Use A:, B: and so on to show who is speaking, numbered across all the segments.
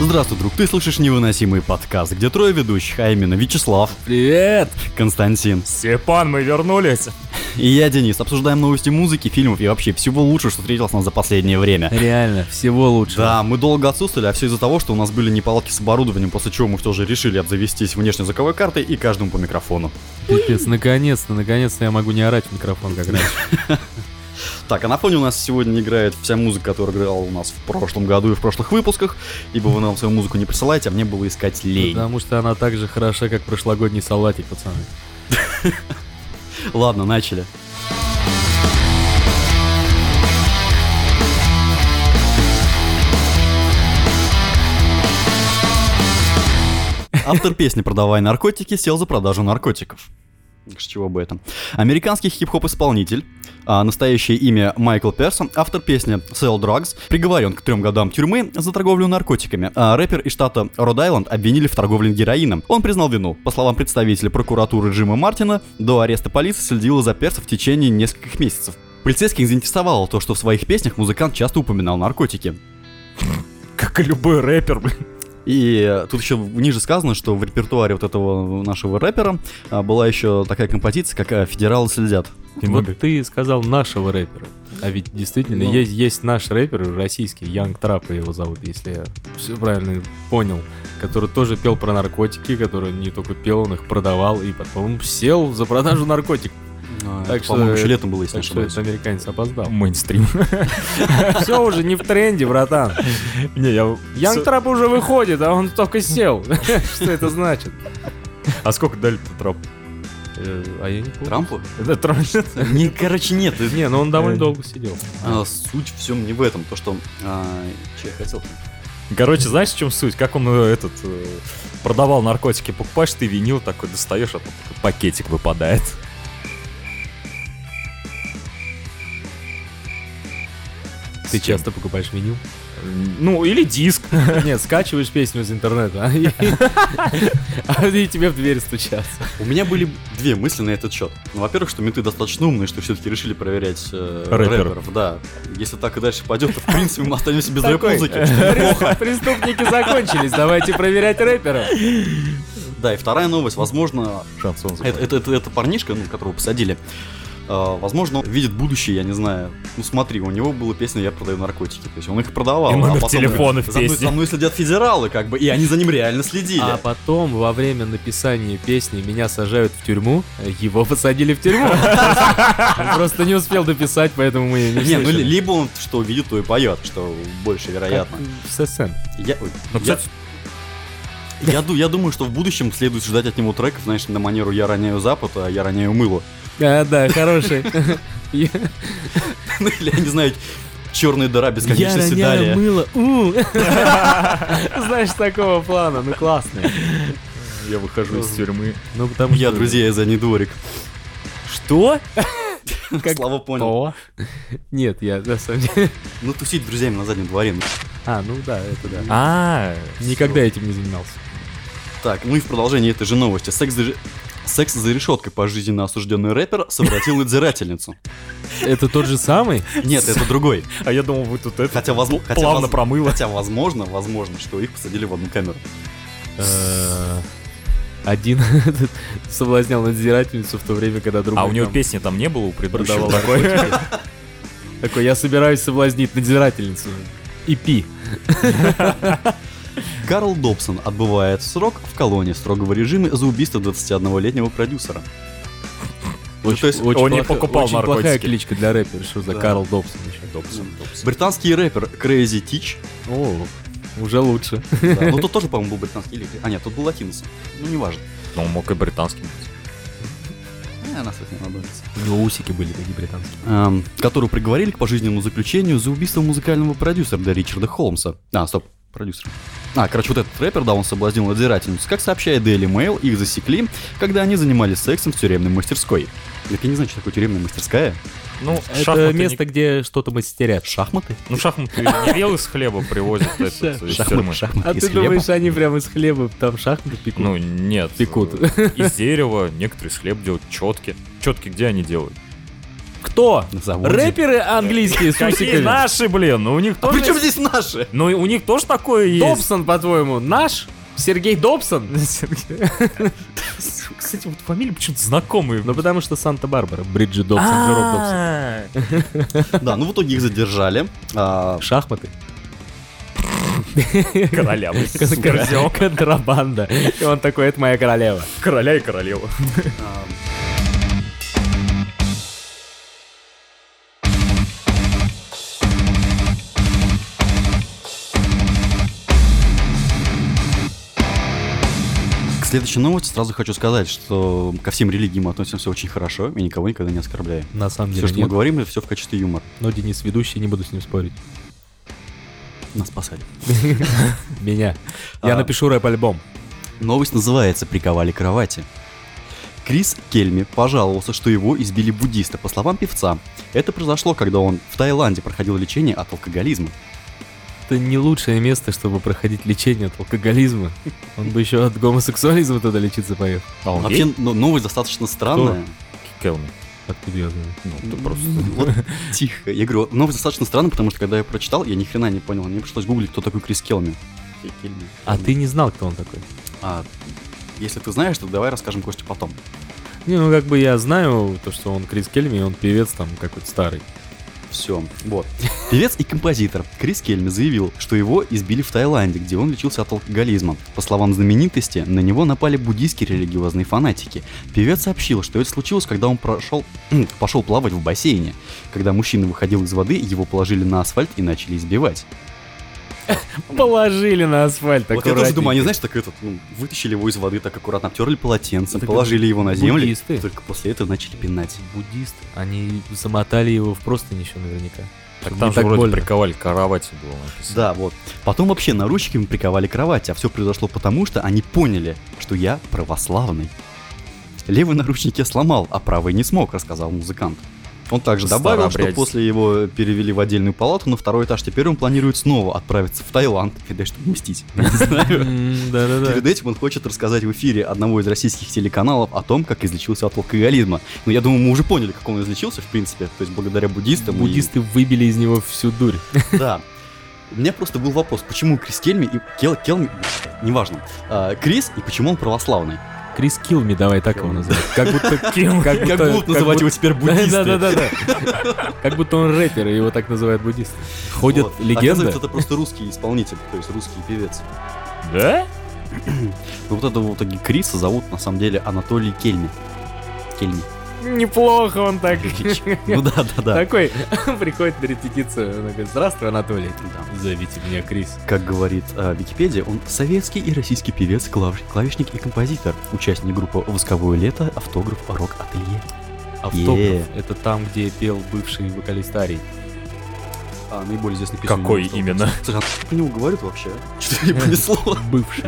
A: Здравствуй, друг, ты слышишь невыносимый подкаст, где трое ведущих, а именно Вячеслав,
B: Привет!
A: Константин
B: Степан, мы вернулись!
A: и я, Денис. Обсуждаем новости музыки, фильмов и вообще всего лучшего, что встретилось нам за последнее время.
B: Реально, всего лучшего.
A: Да, мы долго отсутствовали, а все из-за того, что у нас были неполадки с оборудованием, после чего мы все же решили обзавестись внешнезвуковой картой и каждому по микрофону.
B: Пипец, наконец-то, наконец-то я могу не орать в микрофон, как раньше.
A: Так, а на фоне у нас сегодня играет вся музыка, которая играла у нас в прошлом году и в прошлых выпусках, ибо вы нам свою музыку не присылаете, а мне было искать лень.
B: Потому что она так же хороша, как прошлогодний салатик, пацаны.
A: Ладно, начали. Автор песни «Продавай наркотики» сел за продажу наркотиков. С чего бы это? Американский хип-хоп-исполнитель, а, настоящее имя Майкл Персон, автор песни Sell Drugs, приговорен к трем годам тюрьмы за торговлю наркотиками. А рэпер из штата Род-Айленд обвинили в торговле героином. Он признал вину. По словам представителя прокуратуры Джима Мартина, до ареста полиции следила за Персом в течение нескольких месяцев. Полицейских заинтересовало то, что в своих песнях музыкант часто упоминал наркотики.
B: Как и любой рэпер, блин.
A: И э, тут еще ниже сказано, что в репертуаре вот этого нашего рэпера а, была еще такая композиция, как э, «Федералы следят».
B: Вот ты сказал нашего рэпера. А ведь действительно,
A: Ну.
B: есть, есть наш рэпер российский, Янг Трапа его зовут, если я все правильно понял, который тоже пел про наркотики, который не только пел, он их продавал и потом сел за продажу наркотиков.
A: Так
B: Так
A: что, э,
B: что-
A: Ну, по-моему, еще летом было, если не
B: Так что
A: ошибаюсь.
B: этот американец опоздал.
C: Мейнстрим.
B: Все уже не в тренде, братан.
C: Не, я...
B: Янг
C: Всё-
B: Трап уже выходит, а он только сел. Что это значит?
C: А сколько дали Трамп?
B: А я не помню.
A: Трампу?
C: Это Трамп.
A: Не, короче, нет. это-
B: Не, ну он довольно
C: Э,
B: долго сидел.
A: а, Суть всем не в этом. То, что... а, Че я хотел?
C: Короче, знаешь, в чем суть? Как он э, этот э, продавал наркотики, покупаешь ты винил такой, достаешь, а тут такой пакетик выпадает.
B: Ты часто покупаешь винил?
C: Ну, или диск.
B: Нет, скачиваешь песню из интернета, а и- а и тебе в дверь стучатся.
A: У меня были две мысли на этот счет. Ну, во-первых, что менты достаточно умные, что все-таки решили проверять э,
C: Рэперов.
A: рэперов. Да. Если так и дальше пойдет, то, в принципе, мы останемся без
B: Такой.
A: рэп-музыки.
B: Преступники закончились, давайте проверять рэпера.
A: Да, и вторая новость. Возможно,
C: Шансон
A: Это, это, это- это парнишка, ну, которого посадили. э, Возможно, он видит будущее, я не знаю. Ну смотри, у него была песня «Я продаю наркотики». То есть он их продавал.
C: И номер
A: а потом
C: телефона в
A: за мной,
C: песне.
A: за мной следят федералы, как бы, и они за ним реально следили.
B: А потом, во время написания песни «Меня сажают в тюрьму», его посадили в тюрьму. Он Просто не успел дописать, поэтому мы не
A: не, ну ли-
B: слышали.
A: либо он что видит, то и поет, что больше
B: Как
A: вероятно.
B: в ССН.
A: Я, ой,
C: Ну,
A: я,
C: кстати,
A: я ду- я думаю, что в будущем следует ждать от него треков, знаешь, на манеру «Я роняю Запад», а «Я роняю мыло».
B: А, да, хороший. Я
A: Ну или, я не знаю, черные дыра бесконечности
B: роняю
A: далее.
B: мыло. у. Знаешь, такого плана, ну классно.
C: я выхожу из тюрьмы.
B: Ну потому
A: Я,
B: что-
A: друзья, я за ней дворик.
B: Что? Как
A: Слава понял.
B: то? Нет, я на самом деле...
A: Ну тусить с друзьями на заднем дворе, ну
B: А, ну да, это да.
C: А,
B: Никогда этим не занимался.
A: Так, ну и в продолжении этой же новости. Секс за, секс за решеткой пожизненно осужденный рэпер совратил надзирательницу.
B: Это тот же самый?
A: Нет, это другой.
C: А я думал, вы тут это...
A: Хотя, возможно,
C: Плавно промыло.
A: Хотя, возможно, возможно, что их посадили в одну камеру.
B: Э, Один этот соблазнял надзирательницу в то время, когда другой...
C: А у него
B: там
C: песни там не было у предыдущего?
B: продавал такой. Такой, я собираюсь соблазнить надзирательницу. И пи.
A: Карл Добсон отбывает срок в колонии строгого режима за убийство 21-летнего продюсера. Ну, то есть
C: он не
B: плохо-
C: покупал
B: очень плохая
C: наркотики.
B: кличка для рэпера, что за
A: Да.
B: Карл Добсон еще.
C: Добсон, Добсон.
A: британский рэпер Crazy Тич,
B: О, уже лучше.
A: да, ну тут тоже, по-моему, был британский, или, а нет, тут был латинос, ну неважно,
C: Ну, он мог и британским быть.
A: а, нас это не надумается.
B: У него усики были такие британские.
A: эм, которую приговорили к пожизненному заключению за убийство музыкального продюсера да, Ричарда Холмса. А, стоп, продюсер. А, короче, вот этот рэпер, да, он соблазнил надзирательницу. Как сообщает Daily Mail, их засекли, когда они занимались сексом в тюремной мастерской. Так я не знаю, что такое тюремная мастерская.
C: Ну,
B: Это место, где что-то мастерят.
A: Шахматы?
C: Ну, шахматы не вел из хлеба привозят этот из
A: Шахматы,
C: тюрьмы.
A: шахматы
B: А
A: из
B: ты
A: хлеба.
B: думаешь, они прям из хлеба там шахматы пекут?
C: Ну, нет.
B: Пекут.
C: э, Из дерева, некоторые из хлеб делают четки. Четки где они делают?
B: кто?
A: Заводит.
B: Рэперы английские с
C: Какие
B: усиками.
C: наши, блин, ну у них
A: А
C: тоже...
A: при чем здесь наши?
C: Ну и у них тоже такое есть.
B: Добсон, по-твоему, наш? Сергей Добсон?
C: Кстати, вот фамилии почему-то знакомые.
B: Ну потому что Санта-Барбара, Бриджит Добсон, Джером Добсон.
C: А,
A: Да, ну в итоге их задержали. А,
B: Шахматы.
C: Короля. мы с
B: Кон-
C: Козём.
B: Контрабанда. И он такой, это моя королева.
C: Короля и королева.
A: К следующей новости сразу хочу сказать, что ко всем религиям мы относимся очень хорошо и никого никогда не оскорбляем.
B: На самом
A: Все,
B: деле
A: что мы
B: нет.
A: говорим, это все в качестве юмора.
B: Но Денис ведущий, не буду с ним спорить.
A: Нас спасали.
B: Меня. Я
A: А.
B: напишу рэп-альбом.
A: Новость называется «Приковали кровати». Крис Кельми пожаловался, что его избили буддисты. По словам певца, это произошло, когда он в Таиланде проходил лечение от алкоголизма.
B: Это не лучшее место, чтобы проходить лечение от алкоголизма. Он бы еще от гомосексуализма туда лечиться поехал.
C: А он
A: Вообще,
C: гей?
A: но- новость достаточно странная.
C: Келми.
B: Откуда я знаю?
C: Ну, это просто...
A: Вот тихо. Я говорю, новость достаточно странная, потому что когда я прочитал, я ни хрена не понял. Мне пришлось гуглить, кто такой Крис Келми.
B: А ты не знал, кто он такой?
A: А, если ты знаешь, то давай расскажем Костю потом.
B: Не, ну как бы я знаю то, что он Крис Кельми, и он певец там какой-то старый.
A: Все, вот. Певец и композитор Крис Кельми заявил, что его избили в Таиланде, где он лечился от алкоголизма. По словам знаменитости, на него напали буддийские религиозные фанатики. Певец сообщил, что это случилось, когда он прошел, пошел плавать в бассейне. Когда мужчина выходил из воды, его положили на асфальт и начали избивать.
B: Положили на асфальт
A: вот я тоже думаю, они, знаешь, так этот, ну, вытащили его из воды, так аккуратно обтерли полотенцем,
B: Так
A: положили его на землю,
B: буддисты.
A: и только после этого начали пинать.
B: буддисты. Они замотали его в простынь еще наверняка.
C: Так
B: Не
C: там же
B: так
C: вроде
B: больно.
C: приковали кровати было написано.
A: Да, вот. Потом вообще наручниками приковали кровать, а все произошло потому, что они поняли, что я православный. Левый наручник я сломал, а правый не смог, рассказал музыкант. Он также добавил, что
C: Старообрядец.
A: после его перевели в отдельную палату на второй этаж, теперь он планирует снова отправиться в Таиланд, когда чтобы мстить. Не знаю.
B: М, Да-да-да.
A: Перед этим он хочет рассказать в эфире одного из российских телеканалов о том, как излечился от алкоголизма. Но я думаю, мы уже поняли, как он излечился, в принципе. То есть благодаря буддистам. и-
B: Буддисты выбили из него всю дурь.
A: да. У меня просто был вопрос, почему Крис Кельми и Кел, Келми, неважно, а, Крис и почему он православный?
B: Крис Килми, давай так его назовем. Как будто Килми.
A: Как будут называть его теперь буддисты?
B: Да-да-да. Как будто он рэпер, и его так называют буддисты. Ходит
A: Вот.
B: легенда.
A: Оказывается, это просто русский исполнитель, то есть русский певец.
C: Да?
A: Вот этого вот таки Криса зовут на самом деле Анатолий Кельми. Кельми.
B: Неплохо он так.
A: Ну да, да, да.
B: Такой приходит на репетицию. Он говорит, здравствуй, Анатолий. Зовите меня Крис.
A: Как говорит а, Википедия, он советский и российский певец, клав- клавишник и композитор, участник группы «Восковое лето», автограф «Рок-ателье». Е.
B: Автограф. Это там, где пел бывший вокалист Арий.
A: А, наиболее известный песня.
C: Какой именно?
A: Слушай, а по нему говорит вообще? Что-то не понесло.
B: Бывший.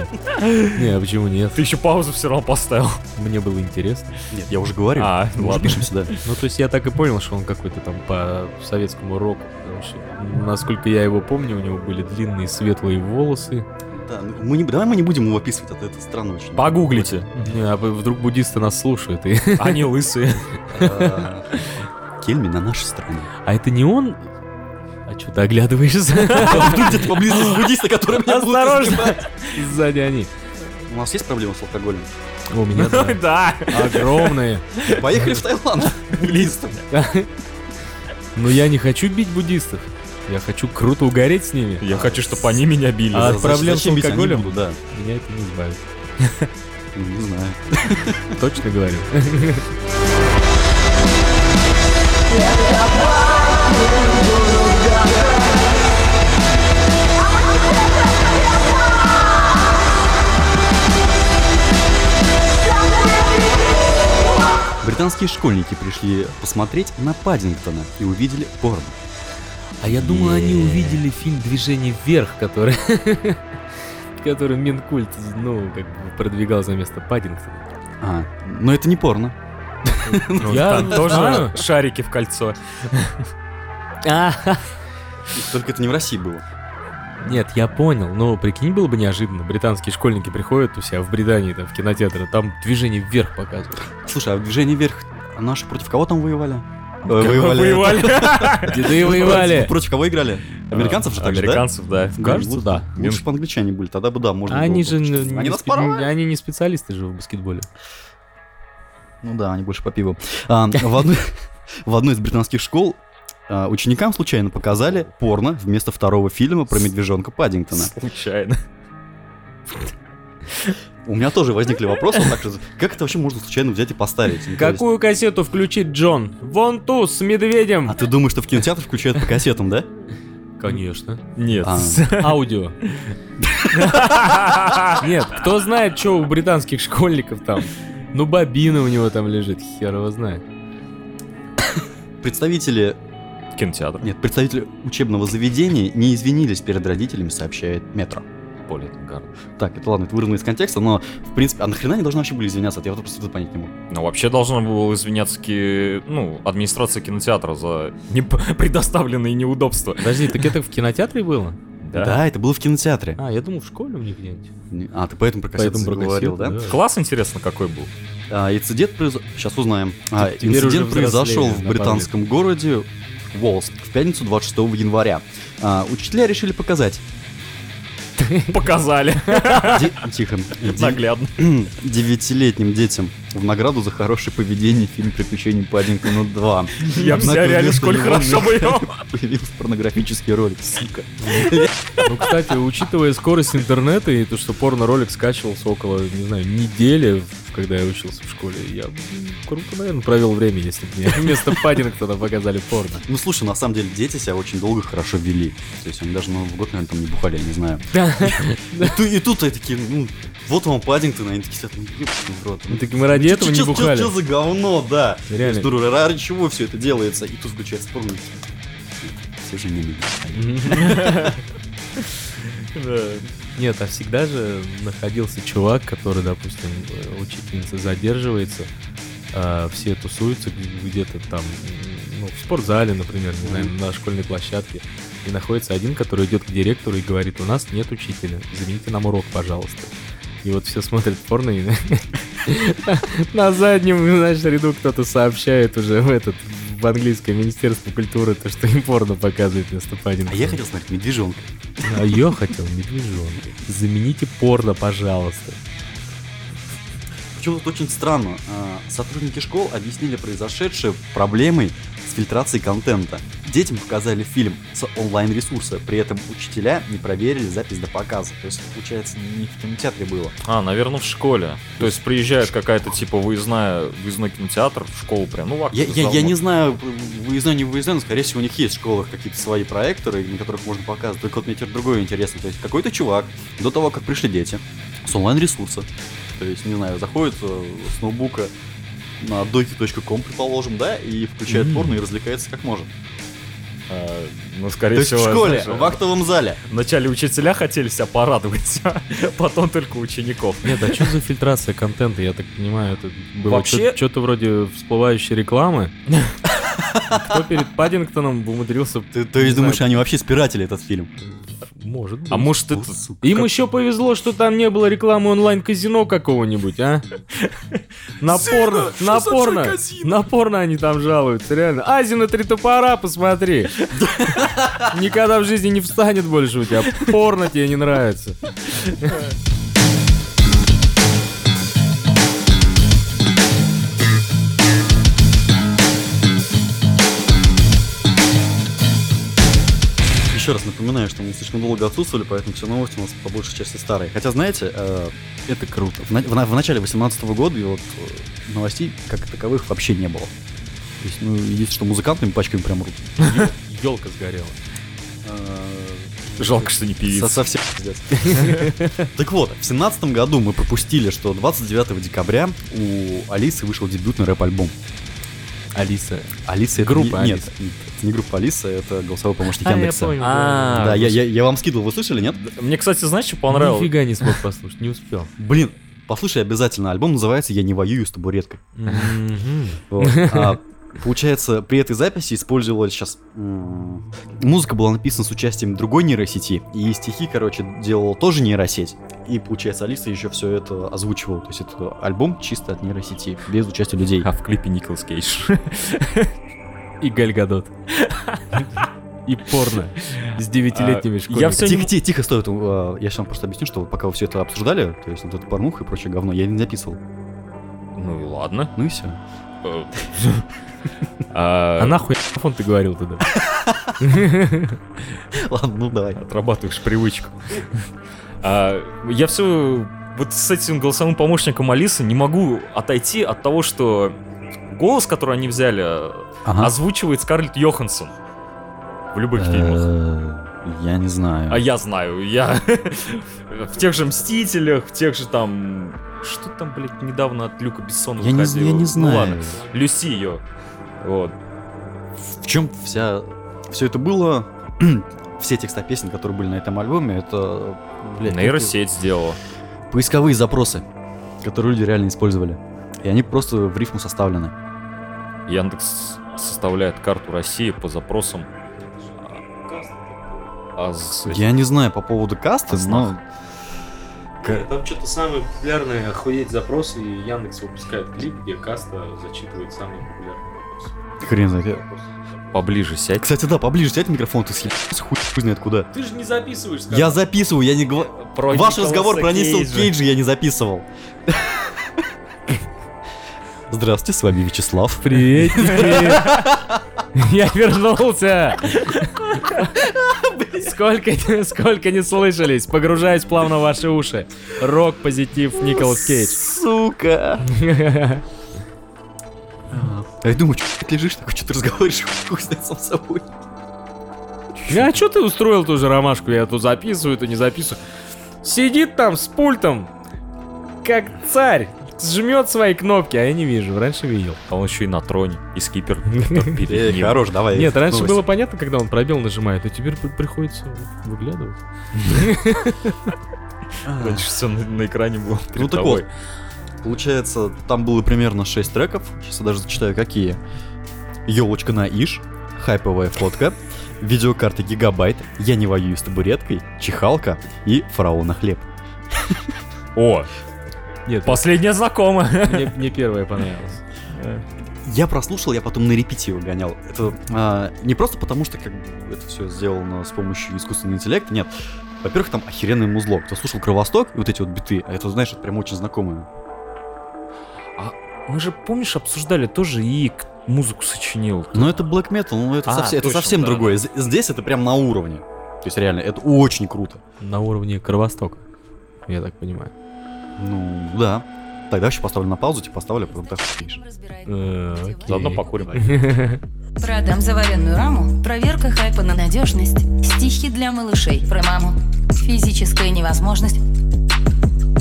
B: Не, а почему нет?
C: Ты еще паузу все равно поставил.
B: Мне было интересно.
A: Нет, я уже говорю.
C: А,
A: Мы уже
C: ладно.
A: пишемся, да.
B: Ну, то есть я так и понял, что он какой-то там по советскому року. Потому что, насколько я его помню, у него были длинные светлые волосы.
A: Да, ну, мы не, давай мы не будем его описывать, а то это странно очень.
C: Погуглите.
B: Не, а вы- вдруг буддисты нас слушают. И...
C: Они лысые.
A: А, Кельми на нашей стороне.
B: А это не он? А что ты оглядываешься? А
A: Вдруг Ну, где-то поблизости
C: А!
A: буддисты, которые меня будут
B: Осторожно!
A: избивать.
B: Сзади они.
A: У нас есть проблемы с алкоголем?
B: У меня да.
C: Да.
B: огромные.
A: Поехали в Таиланд. Буддистов.
B: Но я не хочу бить буддистов. Я хочу круто угореть с ними.
C: Я хочу, чтобы они меня били.
B: А от
A: Зачем
B: проблем с
A: бить? Они
B: алкоголем?
A: будут, Да.
B: Меня это не избавит.
A: Ну, Не знаю.
B: Точно говорю.
A: Британские школьники пришли посмотреть на Паддингтона и увидели порно.
B: А я думаю, они
A: Не.
B: увидели фильм «Движение вверх», который... который Минкульт, ну, как бы продвигал за место Паддингтона. Ну,
A: А, но это не порно.
B: Я
C: Там тоже
B: знаю. А,
C: шарики в кольцо.
A: Только это не в России было.
B: Нет, я понял, но прикинь, было бы неожиданно. Британские школьники приходят у себя в Британии, там, в кинотеатры, там «Движение вверх» показывают.
A: Слушай, а движение вверх наши против кого там воевали? Э, Воевали.
B: Деды
A: Против-
B: воевали.
A: Против кого играли? Американцев же так же, да? Ну,
C: Американцев, да.
B: Кажется, да.
A: Лучше бы англичане были, тогда бы да, можно
B: Они
A: было
B: же
A: бы.
B: ну, не-
A: Они
B: не
A: нас
B: спе-
A: порвали.
B: они не специалисты же в баскетболе.
A: Ну да, они больше по пиву. А, в, одной, в одной из британских школ а, ученикам случайно показали порно вместо второго фильма про медвежонка Паддингтона.
C: Случайно.
A: У меня тоже возникли вопросы, вот так же, как это вообще можно случайно взять и поставить? Ну, то есть-
B: Какую кассету включит Джон? Вон ту с медведем.
A: А ты думаешь, что в кинотеатр включают по кассетам, да?
B: А, Конечно.
C: Нет.
A: А.
B: С аудио. Нет, кто знает, что у британских школьников там. Ну, бобина у него там лежит, хер его знает.
A: Представители,
C: Кинотеатр.
A: нет, представители учебного заведения не извинились перед родителями, сообщает Метро.
C: Поле Гарн.
A: Так, это ладно, это вырвано из контекста, но, в принципе, а нахрена они должны вообще были извиняться? Я вот просто это понять не могу.
C: Ну, вообще должна была извиняться ки... ну, администрация кинотеатра за не... предоставленные неудобства.
B: Подожди, так это в кинотеатре было?
A: Да, это было в кинотеатре.
B: А, я думал, в школе у них где-нибудь.
A: А, ты поэтому про кассеты
B: Поэтому про
A: говорил, да?
B: кассету, да.
C: Класс, интересно, какой был.
A: А, инцидент произошел... Сейчас узнаем. А,
B: Теперь уже
A: инцидент
B: взрослее
A: произошел в
B: добавили.
A: британском городе Уолст в пятницу 26 января. А, учителя решили показать...
C: Показали.
A: де- Тихо. де-
C: Наглядно.
A: Девятилетним детям в награду за хорошее поведение фильм «Приключения Паддингтона 2».
C: Я
A: Однако
C: вся реально в
A: вместо
C: школе
A: него
C: хорошо боевал.
A: Появился порнографический ролик, сука.
B: Ну, кстати, учитывая скорость интернета и то, что порно-ролик скачивался около, не знаю, недели, когда я учился в школе, я м, круто, наверное, провел время, если бы мне вместо Паддингтона показали порно.
A: Ну слушай, на самом деле дети себя очень долго хорошо вели. То есть они даже на Новый год, наверное, там не бухали, я не знаю. И ту- И тут они такие, ну, вот вам Паддингтон, они такие сидят, ну, ёпсин в рот.
B: Ну, так мы ради этого не бухали.
A: Что за говно, да.
B: Реально.
A: То есть, ну, ради чего все это делается? И тут включается порно. и типа, Все же не любят.
B: Нет, а всегда же находился чувак, который, допустим, э, учительница задерживается, а все тусуются г- где-то там, м, ну, в спортзале, например, не знаю, на школьной площадке. И находится один, который идет к директору и говорит, у нас нет учителя, замените нам урок, пожалуйста. И вот все смотрят порно и на заднем, значит, ряду кто-то сообщает уже в этот в английское министерство культуры то, что им порно показывает вместо Паддингтона.
A: А я хотел смотреть медвежонка.
B: А я хотел медвежонка. Замените порно, пожалуйста.
A: Причем тут очень странно. А, Сотрудники школ объяснили произошедшее проблемой с фильтрацией контента. Детям показали фильм с онлайн-ресурса, при этом учителя не проверили запись до показа. То есть, получается, не в кинотеатре было.
C: А, наверное, в школе. То есть приезжает какая-то типа выездная, выездной кинотеатр в школу прям. Ну,
A: Я, я- я не знаю, выездной, не выездной, но, скорее всего, у них есть в школах какие-то свои проекторы, на которых можно показывать. Только вот мне теперь другое интересно. То есть, какой-то чувак до того, как пришли дети, с онлайн-ресурса, то есть, не знаю, заходит э, с ноутбука на doki.com, предположим, да, и включает
B: М.
A: порно и развлекается как может.
C: А, ну, скорее
A: То есть
C: всего,
A: в школе,
C: знаешь,
A: в актовом зале.
C: Вначале учителя хотели себя порадовать, а потом только учеников.
B: Нет, а что за фильтрация контента? Я так понимаю, это было
C: Вообще-
B: что-то вроде всплывающей рекламы. Кто перед Паддингтоном умудрился...
A: Ты, то есть думаешь, они вообще спиратели этот фильм?
B: Может быть.
C: А может, это...
A: Вот, сука.
B: Им еще повезло, что там не было рекламы онлайн-казино какого-нибудь, а? На порно, на порно, на порно они там жалуются, реально. Азина три топора, посмотри. Никогда в жизни не встанет больше у тебя. Порно тебе не нравится.
A: Еще раз напоминаю, что мы слишком долго отсутствовали, поэтому все новости у нас по большей части старые. Хотя, знаете, э,
B: Это круто.
A: В, на- в на- в начале 18 года и вот э, новостей как таковых вообще не было. То есть, ну, есть что музыкантами пачками прям рут.
B: Елка сгорела.
C: Жалко, что не
A: Э, Со-
C: певица.
A: Совсем пиздец. Так вот, в 17 году мы пропустили, что 29 декабря у Алисы вышел дебютный рэп-альбом.
B: Алиса.
A: Алиса это
B: Группа
A: не- Нет,
B: Алиса.
A: это не группа Алиса, это голосовой помощник
B: А, я
A: Яндекса.
B: понял.
C: А,
A: Да, я- я я вам скидывал, вы слышали, нет?
C: Мне, кстати, знаешь, что
B: Понравилось.
C: понравилось?
B: Нифига не смог послушать, не успел.
A: Блин, послушай обязательно, альбом называется «Я не воюю с табуреткой».
B: Мгм.
A: Вот. А, Получается, при этой записи использовалась сейчас... Музыка была написана с участием другой нейросети, и стихи, короче, делала тоже нейросеть. И, получается, Алиса еще все это озвучивала. То есть это альбом чисто от нейросети, без участия людей.
C: А в клипе Николас Кейдж.
B: И Гальгадот. И порно с девятилетними
C: А,
B: школьниками.
C: я всё-
A: Тихо, тихо, тихо, стоит. э, Я сейчас вам просто объясню, что пока вы все это обсуждали, то есть вот это порнуха и прочее говно, я не записывал.
C: Ну и ладно.
A: Ну и все.
C: А,
B: А нахуй фон ты говорил тогда?
A: Ладно, ну давай.
C: Отрабатываешь привычку. А, я все вот с этим голосовым помощником Алисы не могу отойти от того, что голос, который они взяли,
A: Ага.
C: озвучивает Скарлетт Йоханссон в любых фильмах.
A: Э, Я не знаю.
C: А я знаю, я в тех же Мстителях, в тех же там... Что там, блядь, недавно от Люка Бессона
A: Я не з-
C: выходило?
A: я не
C: Ну
A: знаю.
C: ладно, Люси ее. Вот.
A: В чем вся... Все это было... Все текста песен, которые были на этом альбоме, это... блядь,
C: Нейросеть сделала.
A: какие- Поисковые запросы, которые люди реально использовали. И они просто в рифму составлены.
C: Яндекс составляет карту России по запросам. А с-
A: Я не знаю по поводу каста, но... К-
D: Э, Там что-то самые популярные охуеть запросы, и Яндекс выпускает клип, где каста зачитывает самые популярные вопросы.
A: Хрен знает. я-
C: поближе сядь.
A: Кстати, да, поближе сядь микрофон, ты съебался, хуй хуй знает куда.
D: Ты же не записываешь,
A: Я записываю, я не говорю...
C: Про
A: Ваш
C: Николаса
A: разговор про Нисел
C: Кейджа.
A: Кейджа я не записывал. Здравствуйте, с вами Вячеслав.
B: Привет. Я вернулся. Сколько, сколько не слышались. Погружаюсь плавно в ваши уши. Рок, позитив, Николас Кейдж.
A: Сука. А я думаю, что ты лежишь, такой, что ты разговариваешь, хуй знает сам с собой.
B: А что ты устроил ту же ромашку? Я тут записываю, то не записываю. Сидит там с пультом, как царь. Жмет свои кнопки, а я не вижу. Раньше видел.
C: А он еще и на троне, и скипер который перед ним.
A: Э, давай.
B: Нет, раньше было понятно, когда он пробел нажимает, а теперь при- приходится выглядывать. А.
C: Раньше все на, на экране было перед
A: Ну так
C: тобой.
A: вот, получается, там было примерно 6 треков. Сейчас я даже зачитаю, какие. Елочка на Иш, хайповая фотка, видеокарта Гигабайт, Я не воюю с табуреткой, Чихалка и Фараон на хлеб.
C: О,
B: Нет,
C: последняя знакомая.
B: мне, мне первое понравилось.
A: Я прослушал, я потом на репите его гонял. Это а, не просто потому, что как бы это все сделано с помощью искусственного интеллекта, нет. Во-первых, там охеренное музло. Кто слушал Кровосток и вот эти вот биты, а это, знаешь, это прям очень знакомое.
C: Мы же, помнишь, обсуждали тоже и к- музыку сочинил.
A: Но это black metal, ну это,
C: А,
A: совсем, это
C: точно,
A: совсем
C: да.
A: другое. З- Здесь это прям на уровне. То есть реально, это очень круто.
B: На уровне Кровостока, я так понимаю.
A: Ну, да. Тогда еще поставлю на паузу, тебе поставлю, а потом ты охуеешь.
B: Э, окей.
C: Заодно покурим.
E: Продам заваренную раму. Проверка хайпа на надежность. Стихи для малышей про маму. Физическая невозможность.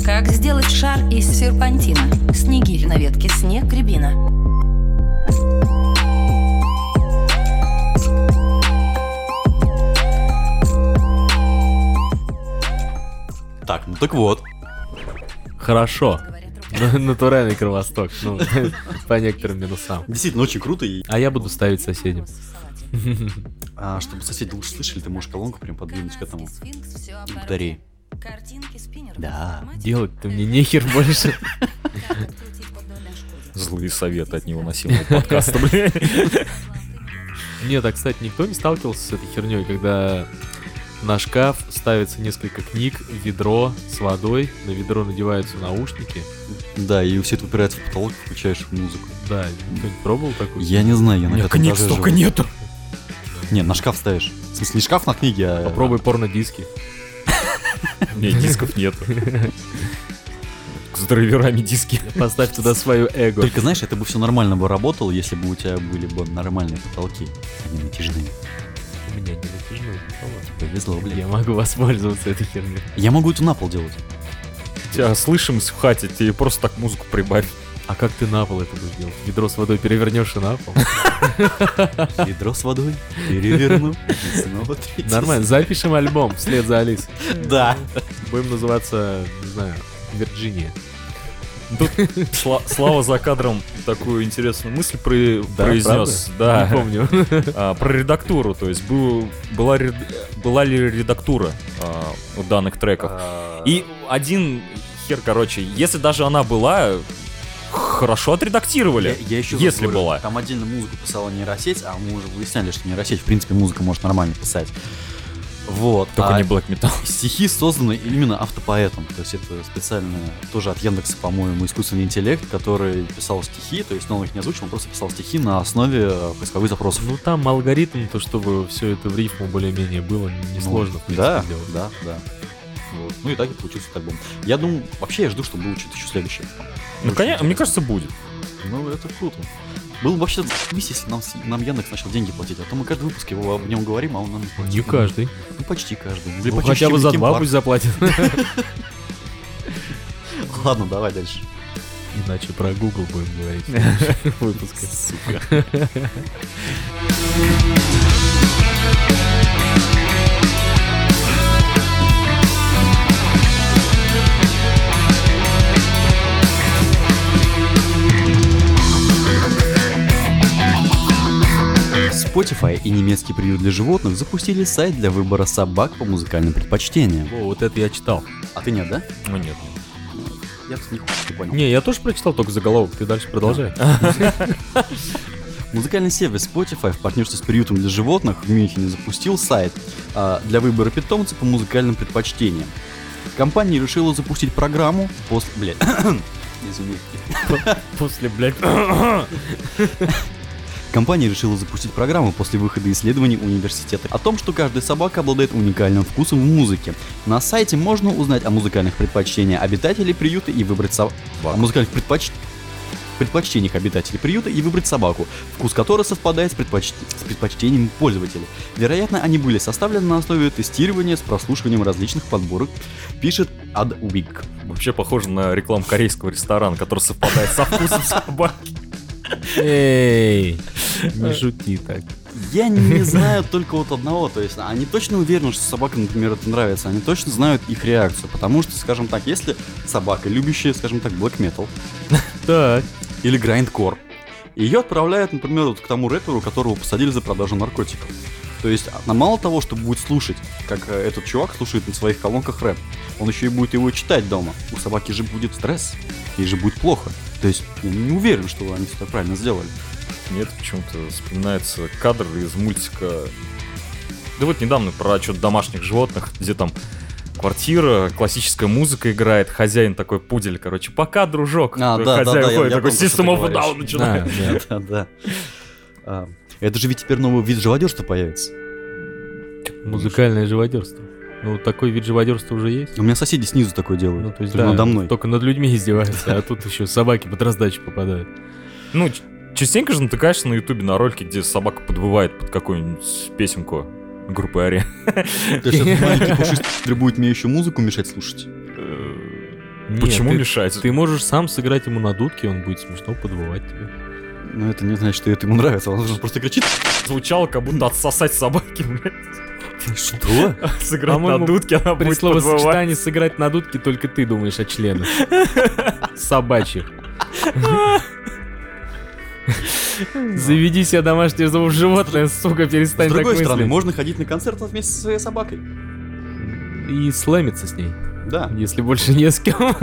E: Как сделать шар из серпантина? Снегирь на ветке, снег, рябина.
A: Так, ну так вот.
B: Хорошо. Ну, Натуральный Кровосток, ну, по некоторым минусам.
A: Действительно, очень круто. И,
B: А я буду ставить соседям.
A: а, чтобы соседи лучше слышали, ты можешь колонку прям подвинуть к этому. батарее.
E: Картинки спиннеров.
A: Да.
B: Делать-то мне нехер больше.
C: Злые советы от него носил подкаста, блин.
B: Нет, а, кстати, никто не сталкивался с этой херней, когда на шкаф ставится несколько книг, ведро с водой, на ведро надеваются наушники.
A: Да, и все это упирается в потолок, включаешь музыку.
B: Да, кто-нибудь пробовал такую?
A: Я не знаю, я
C: У
A: на
C: меня
A: пятом
C: книг
A: этаже
C: столько
A: живу.
C: нету.
A: Не, на шкаф ставишь. В смысле, не шкаф на книги, а...
B: Попробуй порно-диски.
C: У меня дисков нету. С драйверами диски.
B: Поставь туда свою эго.
A: Только, знаешь, это бы все нормально бы работало, если бы у тебя были бы нормальные потолки, а не натяжные.
B: У меня не натяжной, по-моему.
A: Повезло, блин.
B: Я могу воспользоваться этой херней.
A: Я могу это на пол делать.
C: Тебя слышимость в хате, тебе просто так музыку прибавь.
B: А как ты на пол это будешь делать? Ведро с водой перевернешь и на пол?
A: Ведро с водой переверну. и Снова третий.
B: Нормально, запишем альбом вслед за Алисой.
A: Да.
B: Будем называться, не знаю, Вирджиния.
C: Сла- Слава за кадром такую интересную мысль про-
B: Да,
C: произнес.
B: Не
C: Да,
B: помню.
C: А, про редактуру, то есть был- была, ред- была ли редактура а, у данных
B: А.
C: А, треков. И один хер, короче, если даже она была, хорошо отредактировали.
A: Я, я еще раз
C: если
A: говорю,
B: А.
C: была.
A: Там отдельно музыку писала нейросеть, а мы уже выясняли, что нейросеть, в принципе, музыку может нормально писать. Вот.
C: Только
A: а
C: не Black Metal.
A: Стихи созданы именно автопоэтом. То есть это специально тоже от Яндекса, по-моему, искусственный интеллект, который писал стихи. То есть он их не озвучил, он просто писал стихи на основе э, поисковых запросов.
B: Ну там алгоритм, то чтобы все это в рифму более-менее было, несложно, в принципе,
A: Ну, да,
B: сделать.
A: да, да. Вот. Ну и так и получился этот альбом. Я думаю, вообще я жду, что будет что-то еще следующее.
C: Ну,
A: Очень
C: конечно, мне
A: интересно.
C: кажется, будет.
A: Ну, это круто. Было бы вообще заебись, если нам, с- нам Яндекс начал деньги платить, а то мы каждый выпуск его об нем говорим, а он нам не платит.
B: Не каждый.
A: Ну, почти каждый. Или
B: Ну,
A: почти
B: хотя бы за
A: Linkin
B: два
A: Park.
B: пусть заплатит.
A: Ладно, давай дальше.
B: Иначе про Google будем говорить в выпуске. Сука.
A: Spotify и немецкий приют для животных запустили сайт для выбора собак по музыкальным предпочтениям.
B: Во, вот это я читал.
A: А ты нет, да?
C: Ну, нет.
A: Я тут нихуя не понял.
B: Не, я тоже прочитал только заголовок, ты дальше продолжай.
A: Музыкальный сервис Spotify в партнерстве с приютом для животных в Мюнхене запустил сайт а, для выбора питомца по музыкальным предпочтениям. Компания решила запустить программу после... Блядь. Извини.
C: После, блядь,
A: Компания решила запустить программу после выхода исследований университета о том, что каждая собака обладает уникальным вкусом в музыке. На сайте можно узнать о музыкальных предпочтениях обитателей приюта и выбрать собаку. О музыкальных предпоч- предпочтениях обитателей приюта и выбрать собаку, вкус которой совпадает с, предпоч- с предпочтением пользователя. Вероятно, они были составлены на основе тестирования с прослушиванием различных подборок, пишет Adweek.
C: Вообще похоже на рекламу корейского ресторана, который совпадает со вкусом собаки.
B: Эй, не шути так.
A: Я не знаю только вот одного, то есть они точно уверены, что собакам, например, это нравится, они точно знают их реакцию, потому что, скажем так, если собака, любящая, скажем так, black metal
B: Так.
A: или grindcore, ее отправляют, например, вот к тому рэперу, которого посадили за продажу наркотиков. То есть она мало того, что будет слушать, как э, этот чувак слушает на своих колонках рэп, он еще и будет его читать дома. У собаки же будет стресс, ей же будет плохо. То есть я не уверен, что они все правильно сделали.
C: Нет, почему-то вспоминается кадр из мультика. Да вот недавно про что-то домашних животных, где там квартира, классическая музыка играет, хозяин такой пудель, короче, пока, дружок.
A: А, да, да,
C: хозяин
A: да, я-
C: ходит,
A: я
C: такой
A: понял, что ты
C: System of a
A: говоришь.
C: Down начинает.
A: Да, да. А, Это же ведь теперь новый вид живодерства появится.
B: Музыкальное живодерство. Ну, такой вид живодерства уже есть.
A: У меня соседи снизу такое делают.
B: Ну, то есть,
A: прямо
B: да,
A: надо мной.
B: только над людьми издеваются, а тут еще собаки под раздачу попадают.
C: Ну, ч- частенько же натыкаешься на ютубе на ролики, где собака подвывает под какую-нибудь песенку группы Ари.
A: То есть этот маленький пушистый пидор будет мне еще музыку мешать слушать. Э,
B: Не,
C: Почему
B: ты-
C: мешать?
B: Ты можешь сам сыграть ему на дудке, он будет смешно подвывать тебе.
A: Но Ну, это не значит, что это ему нравится. Он же просто кричит.
C: Звучало, как будто отсосать собаки, блядь.
A: Что? А
C: Сыграть на
B: По-моему,
C: дудке, она
B: При
C: будет подвывать.
B: словосочетании сыграть на дудке только ты думаешь о членах. Собачьих. Ну. Заведи себе домашнее зов- животное, сука, перестань
A: С
B: так
A: другой стороны,
B: мыслить.
A: можно ходить на концерт вместе со своей собакой.
B: И слэмиться с ней,
A: Да.
B: если больше не с кем.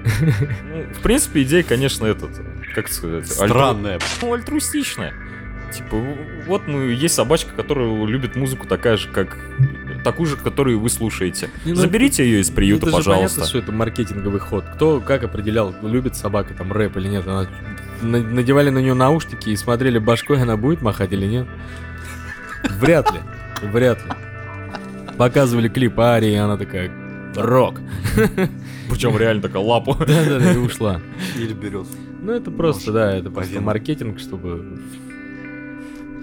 C: Ну, В принципе, идея, конечно, этот, как сказать, альтру-
A: Странная.
C: ну, альтруистичная. Типа, вот ну, есть собачка, которая любит музыку такая же, как такую же, которую вы слушаете.
B: Не, ну,
C: Заберите ее из приюта,
B: это же
C: пожалуйста.
B: понятно, что это маркетинговый ход. Кто как определял, любит собака там рэп или нет? Она- на- Надевали на нее наушники и смотрели, башкой она будет махать или нет? Вряд ли. Вряд ли. Показывали клип Арии, и она такая рок.
C: Причем реально такая лапу.
B: Да-да-да, и ушла.
A: Или берет.
B: Ну это просто,
A: Может,
B: да, это просто
A: повинно.
B: маркетинг, чтобы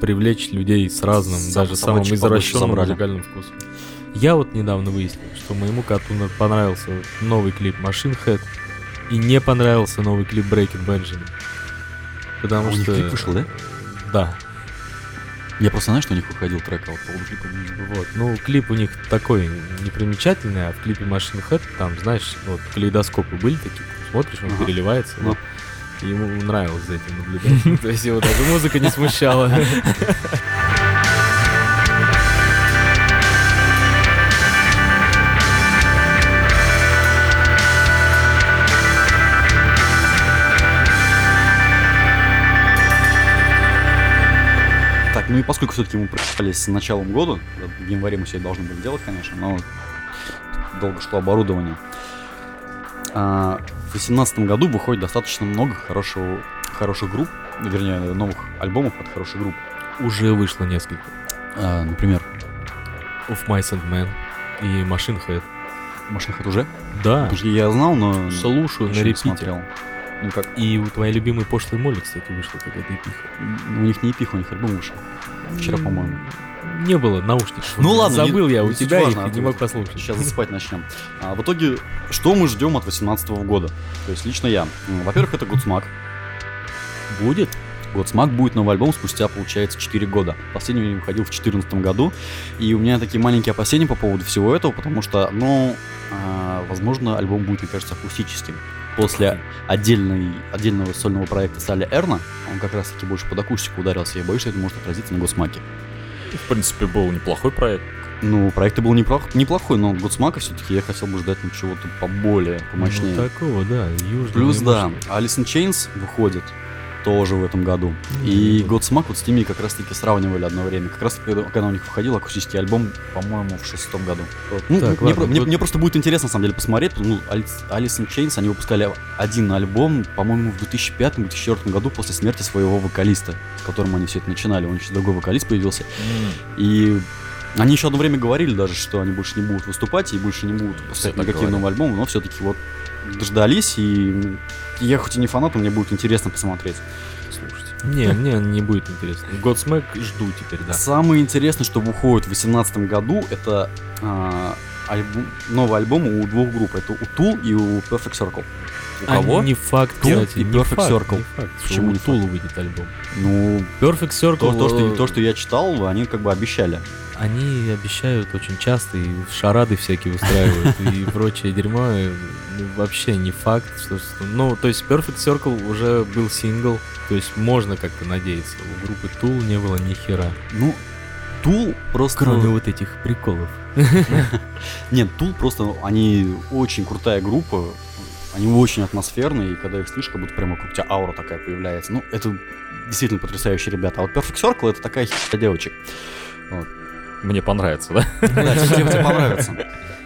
B: привлечь людей с разным,
A: Сам-
B: даже самым
A: собачек побольше
B: извращенным
A: собрали.
B: музыкальным вкусом. Я вот недавно выяснил, что моему коту на- понравился новый клип Machine Head и не понравился новый клип Breaking Benjamin. Потому
A: У них
B: что...
A: клип вышел, да?
B: Да.
A: Я просто знаю, что у них выходил трек, а вот по поводу клипа не знаю.
B: Вот. Ну, клип у них такой непримечательный, а в клипе Machine Head там, знаешь, вот калейдоскопы были такие, смотришь, он
A: Ага.
B: переливается.
A: Ну.
B: вот. И Ему нравилось за этим наблюдать. Ну, То есть его даже музыка не смущала.
A: Ну и поскольку все-таки мы прочитались с началом года, в январе мы все это должны были делать, конечно, но долго шло оборудование. А, в 2018 году выходит достаточно много хорошего, хороших групп, вернее, новых альбомов от хороших групп.
B: Уже вышло несколько.
A: А, например,
B: Of Mice and Men и Machine Head.
A: Машин Head уже?
B: Да,
A: Потому что я знал, но
B: слушаю на
A: еще ну, не
B: репите.
A: смотрел. Ну как,
B: И у твоей любимой пошлой моли, кстати, вышла какая-то эпиха.
A: у них не эпих, у них альбом вышел. Вчера, по-моему.
B: Не было наушников.
A: Ну ладно,
B: Забыл
A: не-
B: я у
A: не суть
B: тебя
A: важно,
B: их,
A: а
B: не
A: ты-
B: мог послушать. Ну,
A: Сейчас засыпать начнем. А, в итоге, что мы ждем от 2018 года? То есть лично я. М, Во-первых, это Гудсмак.
B: будет.
A: Годсмак будет новый альбом спустя, получается, 4 года. Последний выходил в 2014 году. И у меня такие маленькие опасения по поводу всего этого, потому что, ну, а, возможно, альбом будет, мне кажется, акустическим. После отдельной, отдельного сольного проекта Салли Эрна, он как раз-таки больше под акустику ударился. Я боюсь, что это может отразиться на Госмаке.
C: В принципе, был неплохой проект.
A: Ну, проект был неплох- неплохой, но от Годсмака все-таки я хотел бы ждать ну, чего-то поболее, помощнее.
B: Ну, такого, да. южного
A: Плюс,
B: и
A: да,
B: мощного.
A: Алисон Чейнс выходит тоже в этом году. И Годсмак вот с ними как раз-таки сравнивали одно время. Как раз таки, когда, когда у них выходил акустический альбом, по-моему, в шестом году. Ну,
B: Так,
A: мне,
B: ладно,
A: про- мне-
B: вот-
A: мне просто будет интересно, на самом деле, посмотреть. Ну, Алисон Чейнс, они выпускали один альбом, по-моему, в 2005-2004 году после смерти своего вокалиста, с которым они все это начинали. У них еще другой вокалист появился. И они еще одно время говорили даже, что они больше не будут выступать и больше не будут
C: Все
A: выпускать
C: так
A: никакие
C: говорят.
A: новые альбомы, но все-таки вот дождались, и м, я хоть и не фанат, но мне будет интересно посмотреть.
C: Слушайте.
B: Не, мне не будет интересно. Годсмэк жду теперь, да.
A: Самое интересное, что выходит в 2018 году, это а, альбом- новый альбом у двух групп. Это у Тул и у Perfect Circle.
C: У
B: А,
C: кого?
B: Не факт,
A: Tool
B: кстати.
A: и
B: не
A: Perfect
B: факт,
A: Circle.
B: не факт, что
A: Почему
B: у
A: не
B: Tool выйдет альбом?
A: Ну,
B: Perfect Circle,
A: то, то, что,
B: э,
A: то, что я читал, они как бы обещали.
B: они обещают очень часто и шарады всякие устраивают и прочее дерьмо. и, ну, вообще не факт, что... что- Ну, то есть Perfect Circle уже был сингл, то есть можно как-то надеяться. У группы Tool не было ни хера.
A: Ну, Тул просто...
B: Кроме вот этих приколов.
A: Нет, Тул просто, ну, они очень крутая группа, они очень атмосферные, и когда их слышишь, как будто прямо вокруг тебя аура такая появляется. Ну, это действительно потрясающие ребята. А вот Perfect Circle это такая херня девочек.
C: Мне понравится, да?
A: Да, тебе тебе понравится.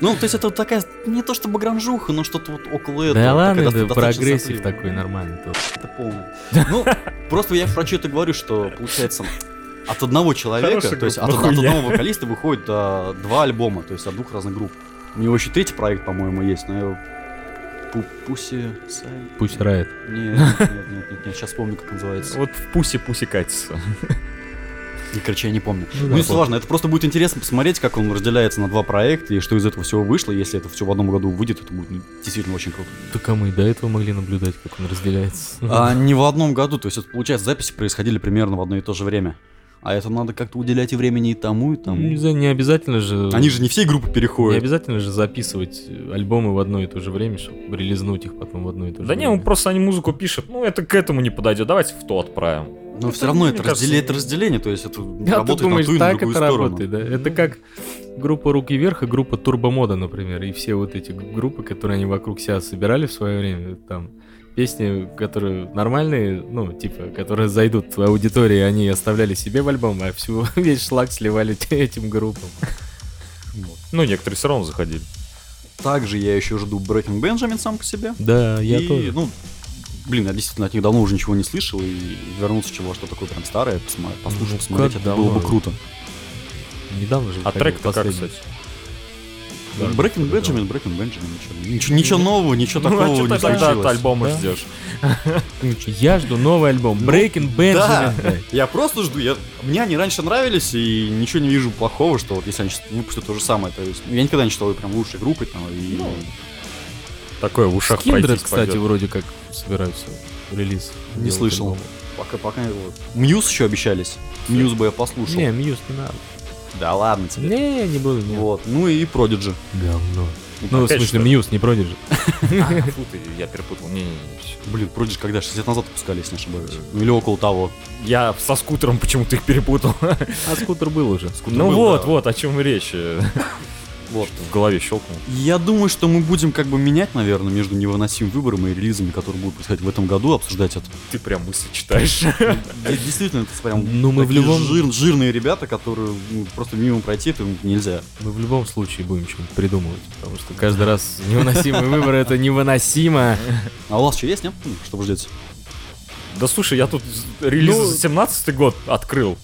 A: Ну, то есть это вот такая, не то чтобы гранжуха, но что-то вот около этого.
B: да ладно,
A: когда ты
B: это
A: достаточно
B: прогрессив
A: сопливый.
B: такой нормальный. Tool.
A: Это полное. Ну, просто я про это говорю, что получается от одного человека,
C: Хорошая
A: то есть от,
C: группа,
A: от
C: хуйня.
A: одного вокалиста выходит а, два альбома, то есть от двух разных групп. У него еще третий проект, по-моему, есть, но я его- Пу- Пуси... Сай-
B: Пусть рает.
A: Нет, нет, нет, нет, сейчас вспомню, как называется.
C: Вот в пусе-пусе катится.
A: И, короче, я не помню.
B: Ну
A: Ну,
B: да,
A: если
B: вот.
A: важно, это просто будет интересно посмотреть, как он разделяется на два проекта и что из этого всего вышло. Если это все в одном году выйдет, это будет ну, действительно очень круто.
B: Только мы и до этого могли наблюдать, как он разделяется.
A: А, не в одном году, то есть это получается записи происходили примерно в одно и то же время. А это надо как-то уделять и времени и тому, и тому.
B: Не знаю, Ну, не обязательно же...
A: Они же не всей группы
B: Не
A: переходят.
B: обязательно же записывать э, альбомы в одно и то же время, чтобы релизнуть их потом в одно и то же
C: Да не,
B: время.
C: он просто они музыку пишет. Ну, это к этому не подойдет. Давайте в то отправим.
A: Но все равно
C: мне
A: это,
C: кажется,
A: разделе- это разделение, то есть это
B: А ты
A: работает
B: думаешь,
A: на ту и на
B: так это
A: другую сторону.
B: работает, да? Это как группа «Руки вверх» и группа «Турбомода», например, и все вот эти г- группы, которые они вокруг себя собирали в свое время, там, песни, которые нормальные, ну, типа, которые зайдут в аудитории, они оставляли себе в альбом, а всю весь шлак сливали те- этим группам.
C: Ну, некоторые все равно заходили.
A: Также я еще жду Breaking Benjamin сам по себе.
B: Да, я
A: и,
B: тоже.
A: ну, блин, я действительно от них давно уже ничего не слышал, и вернуться чего что такое прям старое, посма- послушать,
B: Ну, как
A: посмотреть, это было бы
B: давно.
A: круто.
B: Недавно же
C: А
B: выходил
C: трек-то как,
B: последний.
C: кстати?
B: Да,
A: Breaking
B: да.
A: Benjamin, Breaking Benjamin, ничего- ничего, ничего нового, ничего
C: Ну, а
A: такого
C: что
A: не
C: ты тогда от
A: случилось.
C: альбома
B: Да.
C: ждешь?
B: Я жду новый альбом. Breaking Benjamin.
A: да.
B: блядь.
A: Я просто жду. Я... Мне они раньше нравились, и ничего не вижу плохого, что вот если они сейчас выпустят то же самое. То есть ну, я никогда не считал ее прям лучшей группой. Там, и...
C: Ну, Такое в ушах
B: Kindred,
C: пройтись
B: кстати,
C: пойдет.
B: вроде как собираются релиз.
A: Не
B: делать
A: слышал.
B: альбома.
A: пока, пока вот. Мьюз еще обещались. Мьюз бы я послушал.
B: Не, Мьюз не надо.
A: Да ладно тебе.
B: Не, не буду. не.
A: Вот. Ну и Продиджи.
B: Говно. Ну, в
C: опять
B: смысле,
C: что ли?
B: Мьюз не продержит.
C: А, фу ты, Я перепутал. Не-не-не. всё.
A: Блин, Продиджи когда? 60 лет назад выпускали, если не ошибаюсь. Ну или около того.
C: Я со скутером почему-то их перепутал.
B: А скутер был уже.
C: Ну
A: был,
C: вот,
A: да.
C: вот, о чем речь. Вот, в голове щелкнул.
A: Я думаю, что мы будем как бы менять, наверное, между невыносимым выбором и релизами, которые будут происходить в этом году, обсуждать это.
C: Ты прям мысли читаешь.
A: Д- Э, Действительно, это прям
B: Ну, мы в
A: такие
B: любом-
A: жир- жирные ребята, которые ну, просто мимо пройти это нельзя.
B: Мы в любом случае будем что-нибудь придумывать, потому что каждый раз невыносимый выбор это невыносимо.
A: А у вас что есть, нет? Ну, Что вы ждете?
C: Да слушай, я тут релиз
B: Ну-
C: за 17 год открыл.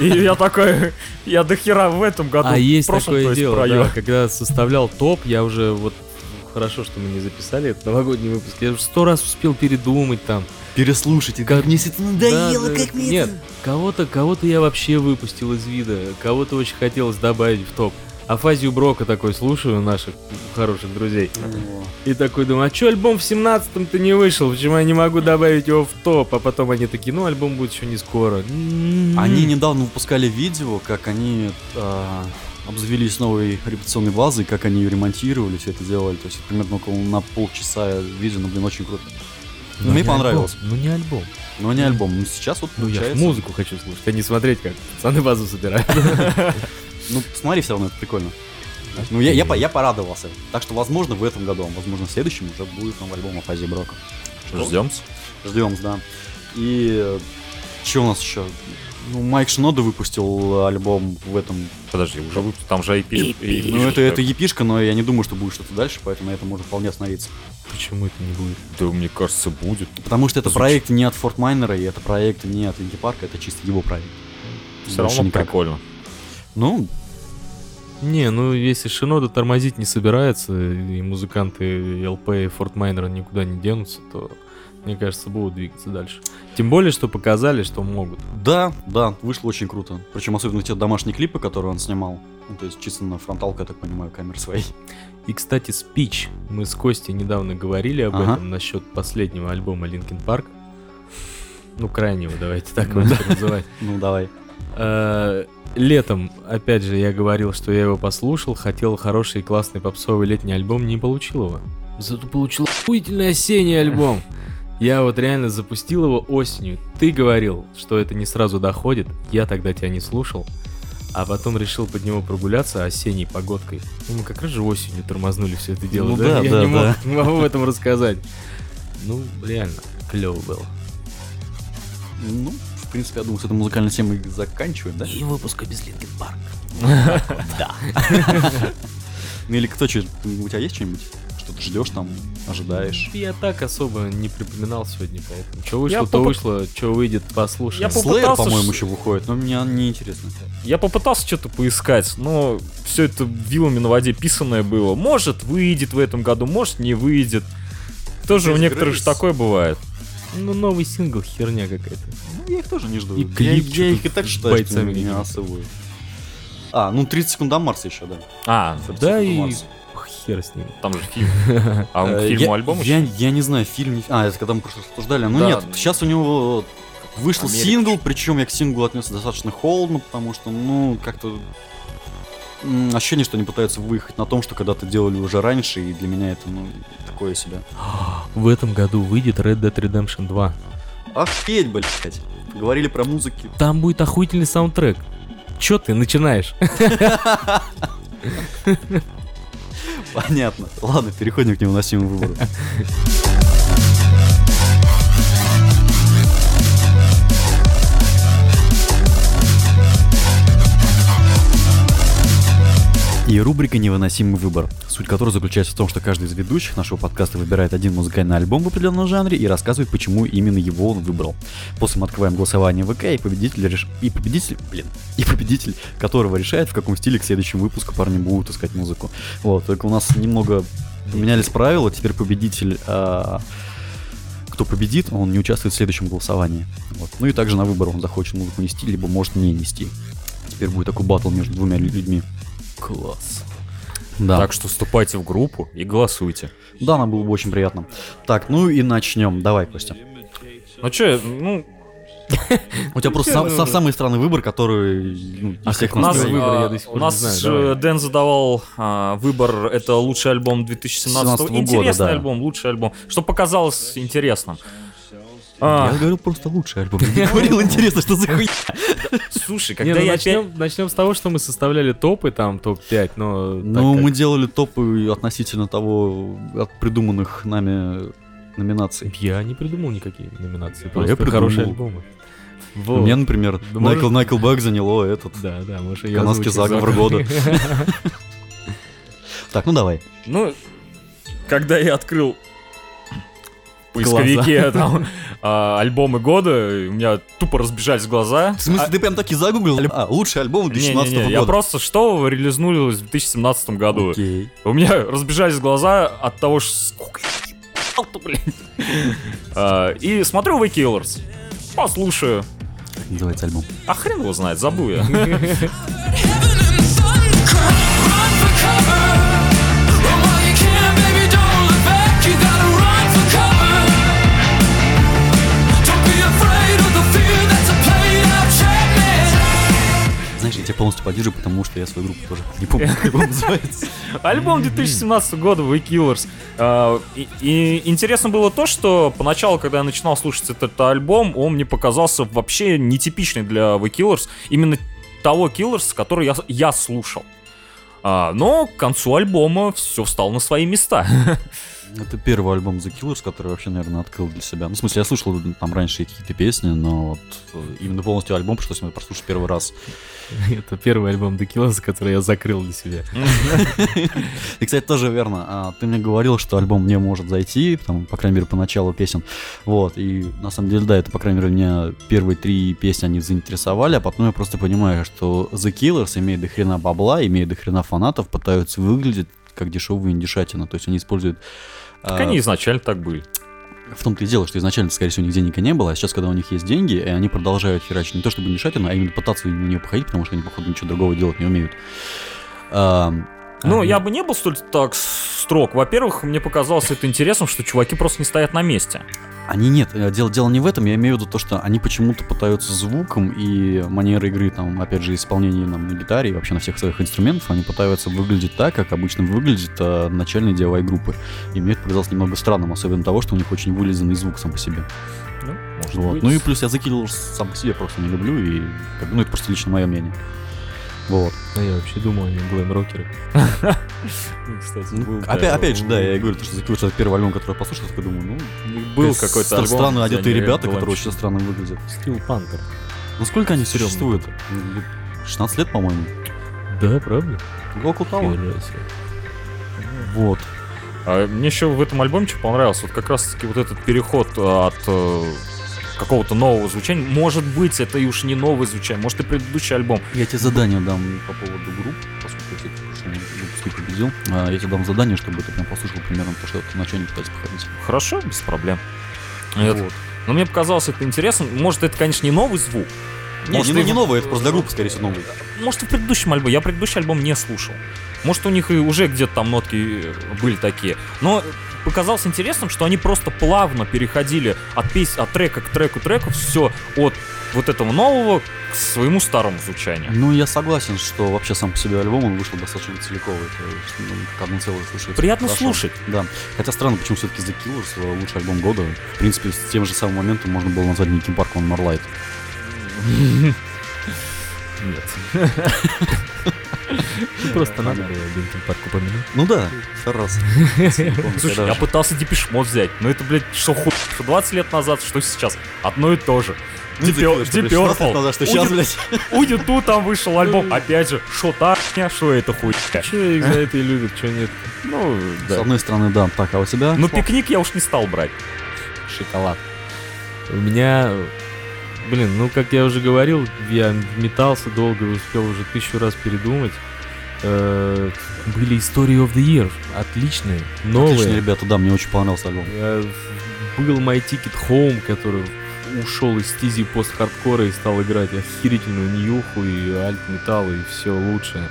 C: И я такой, я до хера в этом году.
B: А есть
C: в прошлом, то
B: такое
C: есть,
B: дело,
C: проел.
B: да, когда составлял топ, я уже вот хорошо, что мы не записали этот новогодний выпуск. Я уже сто раз успел передумать там.
A: Переслушайте,
B: Как-
A: мне все это надоело,
B: Да, да,
A: как мне
B: Нет,
A: это-
B: кого-то, кого-то я вообще выпустил из вида, кого-то очень хотелось добавить в топ. Афазию Брока такой слушаю наших хороших друзей. И такой думаю, а чё альбом в 17-м-то не вышел? Почему я не могу добавить его в топ? А потом они такие, ну альбом будет еще не скоро.
A: Они недавно выпускали видео, как они а, обзавелись новой репетиционной базой, как они ее ремонтировали, все это делали. То есть примерно около на полчаса видео, ну, блин, очень круто.
B: Ну,
A: Мне
B: не
A: понравилось.
B: альбом, Ну не альбом.
A: Но не альбом. Ну, сейчас вот
B: Ну я ж
A: получается.
B: музыку хочу слушать, а не смотреть, как пацаны базу собирают.
A: Ну, смотри, все равно это прикольно. Ну, я, я, по- я порадовался. Так что, возможно, в этом году, а возможно, в следующем уже будет новый альбом Афазии Брока.
C: Ждем.
A: Ждем, да. И что у нас еще? Ну, Майк Шинода выпустил альбом в этом.
C: Подожди, уже выпуск, там же IP. и-
A: ну, это,
C: и-
A: это епишка, но я не думаю, что будет что-то дальше, поэтому на этом можно вполне остановиться.
B: Почему это не будет?
C: Да, мне кажется, будет.
A: Потому что это
C: Звучит.
A: проект не от Форт Майнера, и это проект не от Инди Парка, это чисто его проект.
C: Все
A: Больше
C: равно
A: никак.
C: прикольно.
A: Ну,
B: Не, ну если Шинода тормозить не собирается, и музыканты ЛП и Форт Майнера никуда не денутся, то, мне кажется, будут двигаться дальше. Тем более, что показали, что могут.
A: Да, да, вышло очень круто. Причем особенно те домашние клипы, которые он снимал. Ну, то есть чисто на фронталка, я так понимаю, камер своей.
B: И, кстати, спич. Мы с Костей недавно говорили об
A: Ага.
B: этом насчет последнего альбома Линкин Парк. Ну, крайнего, давайте так его называть.
A: Ну, давай.
B: Э, Летом, опять же, я говорил, что я его послушал, хотел хороший и классный попсовый летний альбом, не получил его. Зато получил охуительный осенний альбом. Я вот реально запустил его осенью. Ты говорил, что это не сразу доходит. Я тогда тебя не слушал. А потом решил под него прогуляться осенней погодкой. Ну, мы как раз же осенью тормознули все это дело,
A: Ну
B: да?
A: да,
B: я
A: да,
B: не, мог-
A: да.
B: не могу в этом рассказать. Ну, реально, клево было.
A: Ну, в принципе, я думаю, с этой музыкальной темой заканчиваем, да?
B: И выпуска без Линкен Парк.
A: Ну или кто, чё, у тебя есть что-нибудь? Что ты ждешь там, ожидаешь?
B: Я так особо не припоминал сегодня, поэтому. Что вышло,
C: Я
B: то
C: попыт-
B: вышло, что выйдет, послушаем.
C: Я поп-
A: Слэйр,
C: попытался
A: по-моему,
C: ж-
A: еще выходит, но мне не интересно.
C: Я попытался что-то поискать, но все это вилами на воде писанное было. Может, выйдет в этом году, может, не выйдет. Тоже у некоторых же такое бывает.
B: Ну, новый сингл, херня какая-то.
A: Ну, я их тоже не жду.
B: И
A: Я-
B: клип
A: я,
B: чё-то
A: их и так
B: с
A: считаю, что
B: бойцами
A: не
B: какими-то.
A: осывают. А, ну 30 секунд до Марса еще, да.
C: А,
A: 30
B: Да
A: секунд до
B: и-
A: Марса.
B: Хер с ним.
C: там же фильм. А он к
A: Э,
C: фильму
A: я-
C: альбом
A: я, я не знаю, фильм... не- А, это когда мы просто обсуждали. Ну
C: Да.
A: нет, сейчас у него вышел
C: Америка.
A: сингл, причем я к синглу отнесся достаточно холодно, потому что, ну, как-то... м, Ощущение, что они пытаются выехать на том, что когда-то делали уже раньше, и для меня это, ну, такое себе.
B: В этом году выйдет Red Dead Redemption 2.
A: Офигеть, блядь! Говорили про музыки.
B: Там будет охуительный саундтрек. Чё ты начинаешь?
A: Понятно. Ладно, переходим к невыносимому выбору. И рубрика «Невыносимый выбор», суть которой заключается в том, что каждый из ведущих нашего подкаста выбирает один музыкальный альбом в определенном жанре и рассказывает, почему именно его он выбрал. После мы открываем голосование ВК, и победитель, реш... и победитель, блин, и победитель, которого решает, в каком стиле к следующему выпуску парни будут искать музыку. Вот, только у нас немного поменялись правила, теперь победитель, а, кто победит, он не участвует в следующем голосовании. Вот. Ну и также на выбор он захочет музыку нести, либо может не нести. Теперь будет такой батл между двумя лю- людьми.
B: Класс.
A: Да.
C: Так что вступайте в группу и голосуйте.
A: Да, нам было бы очень приятно. Так, ну и начнем. Давай, Костя.
C: Ну че, ну,
A: У тебя просто сам- сам- самый странный выбор, который... ну, из всех
B: У нас
C: нас,
A: настроений.
B: выбор, я
C: а,
B: до сих пор
C: у
B: не
C: нас
B: знаю,
C: же
B: давай.
C: Дэн задавал а, выбор, это лучший альбом 2017
A: 17-го года,
C: Интересный
A: да.
C: альбом, лучший альбом. Что показалось интересным. А,
A: Я говорил просто лучший альбом. Я не говорил, интересно, что за хуйня.
C: Слушай,
B: Не,
C: когда
B: ну
C: я опять...
B: начнем, начнем с того, что мы составляли топы, там, топ-5, но... так
A: Ну,
B: как
A: мы делали топы относительно того, э, от придуманных нами номинаций.
B: Я не придумал никакие номинации,
A: А я
B: просто хорошие
A: придумал.
B: альбомы.
A: У
B: Вот.
A: меня, например,
B: Да
A: Майкл,
B: может-
A: Майкл Бэк заняло этот.
B: Да, да, может, я
A: Канадский заговор года. Так, ну давай.
C: Ну, когда я открыл в поисковике там а, альбомы года, у меня тупо разбежались глаза.
A: В смысле,
C: А,
A: ты прям таки загуглил? А, лучший альбом
C: не-не-не,
A: 2017
C: я
A: года.
C: просто что релизнули в 2017 году.
A: Окей.
C: У меня разбежались глаза от того, ш- сколько я ебал-то, блин. А, И смотрю Way Killers. Послушаю.
A: Как называется альбом?
C: А хрен его знает, забыл я.
F: Heaven and thunder, run for cover. Run while you can, baby, don't look back. You gotta run for cover. Don't be afraid of the fear that's a played out trapman.
A: Знаешь, я тебя полностью поддерживаю, потому что я свою группу тоже не помню, как он называется.
C: Альбом 2017 года Way Killers. А, И и интересно было то, что поначалу, когда я начинал слушать этот альбом, он мне показался вообще нетипичный для Way Killers. Именно того Killers, который я, я слушал. А, но к концу альбома все встало на свои места.
A: Это первый альбом The Killers, который вообще, наверное, открыл для себя. Ну, в смысле, я слушал там раньше и какие-то песни, но вот э, именно полностью альбом пришлось мне прослушать первый раз.
B: Это первый альбом The Killers, который я закрыл для себя.
A: И, кстати, тоже верно. а, Ты мне говорил, что альбом мне может зайти, там, по крайней мере, по началу песен. Вот, и на самом деле, да, это, по крайней мере, меня первые три песни они заинтересовали, а потом я просто понимаю, что The Killers имеет до хрена бабла, имеет до хрена фанатов, пытаются выглядеть как дешевые индюшатина. То есть они используют... а,
C: Так они изначально так были.
A: В том-то и дело, что изначально, скорее всего, у них денег и не было, а сейчас, когда у них есть деньги, и они продолжают херачить не то чтобы нишатину, а именно пытаться на нее походить, потому что они, походу, ничего другого делать не умеют. А,
C: Ну,
A: а,
C: я бы не был столь так строг. Во-первых, мне показалось это интересным, что чуваки просто не стоят на месте.
A: Они нет, э, дело, дело не в этом, я имею в виду то, что они почему-то пытаются звуком и манерой игры, там, опять же, исполнение нам на гитаре и вообще на всех своих инструментах, они пытаются выглядеть так, как обычно выглядят э, начальные DIY-группы. И мне это показалось немного странным, особенно того, что у них очень вылизанный звук сам по себе.
C: Ну, может
A: Вот.
C: быть.
A: Ну и плюс я закидывал сам по себе просто не люблю, и как бы, ну это просто лично мое мнение. Вот.
B: А я вообще думал, они глэм-рокеры.
C: Кстати,
A: Ну,
C: был, да,
A: опять, опять же, да,
C: был.
A: я говорю, то, что закинул это первый альбом, который я послушал, такой думаю, ну,
C: Был
A: с-
C: какой-то
A: стра-
C: альбом,
A: странно
C: где
A: одетые
C: они
A: ребята, которые
C: глэмщики.
A: очень странно выглядят.
B: Стил Пантер.
A: Ну сколько они
B: Стрёмно.
A: существуют? Ну, лет 16 лет, по-моему.
B: Да, правда?
A: Около того.
B: Хера себе.
A: Вот.
C: А мне еще в этом альбоме что понравилось, вот как раз-таки вот этот переход э, от э, какого-то нового звучания. Может быть, это и уж не новое звучание, может и предыдущий альбом.
A: Я тебе задание дам по поводу групп, поскольку ты в прошлом выпуске победил. А, Я тебе дам задание, чтобы ты прям послушал примерно то, что ты на чё они пытались походить.
C: Хорошо, без проблем. Нет. Но мне показалось это интересным. Может, это, конечно, не новый звук. Может, и в-
A: новое, ну, это просто для группы, скорее всего, новый.
C: Может, и в предыдущем альбоме. Я предыдущий альбом не слушал. Может, у них и уже где-то там нотки э, были такие. Но показалось интересным, что они просто плавно переходили от, пес... от трека к треку треку, все от вот этого нового к своему старому звучанию.
A: Ну, я согласен, что вообще сам по себе альбом, он вышел достаточно целиковый. То есть, ну, к одному целому слушается.
C: Приятно
A: хорошо.
C: слушать.
A: Да. Хотя странно, почему все-таки The Killers э, лучший альбом года. В принципе, с тем же самым моментом можно было назвать Никим Парк One More Light.
C: Нет.
B: Ну, Просто надо было Линкин Парк упомянуть.
A: Ну да, раз.
C: Слушай, я пытался депешмот взять, но это, блядь, что хуй, что 20 лет назад, что сейчас. Одно и то же.
A: Ну,
C: Deep Purple.
A: что сейчас, блядь.
C: У Юту там вышел альбом. Опять же, шо так, шо это хуйня.
B: Че А их за это и любят, че нет?
C: Ну,
A: С одной стороны, да. Так, а у тебя?
C: Но Ну, пикник я уж не стал брать.
B: Шоколад. У меня... Блин, ну, как я уже говорил, я метался долго, успел уже тысячу раз передумать. Э, Были истории of the year. Отличные, новые.
A: Отлично, ребята, да, мне очень понравился альбом.
B: Э, Был My Ticket Home, который ушел из стези пост-хардкора и стал играть охерительную ньюху и альт-металл и все лучшее.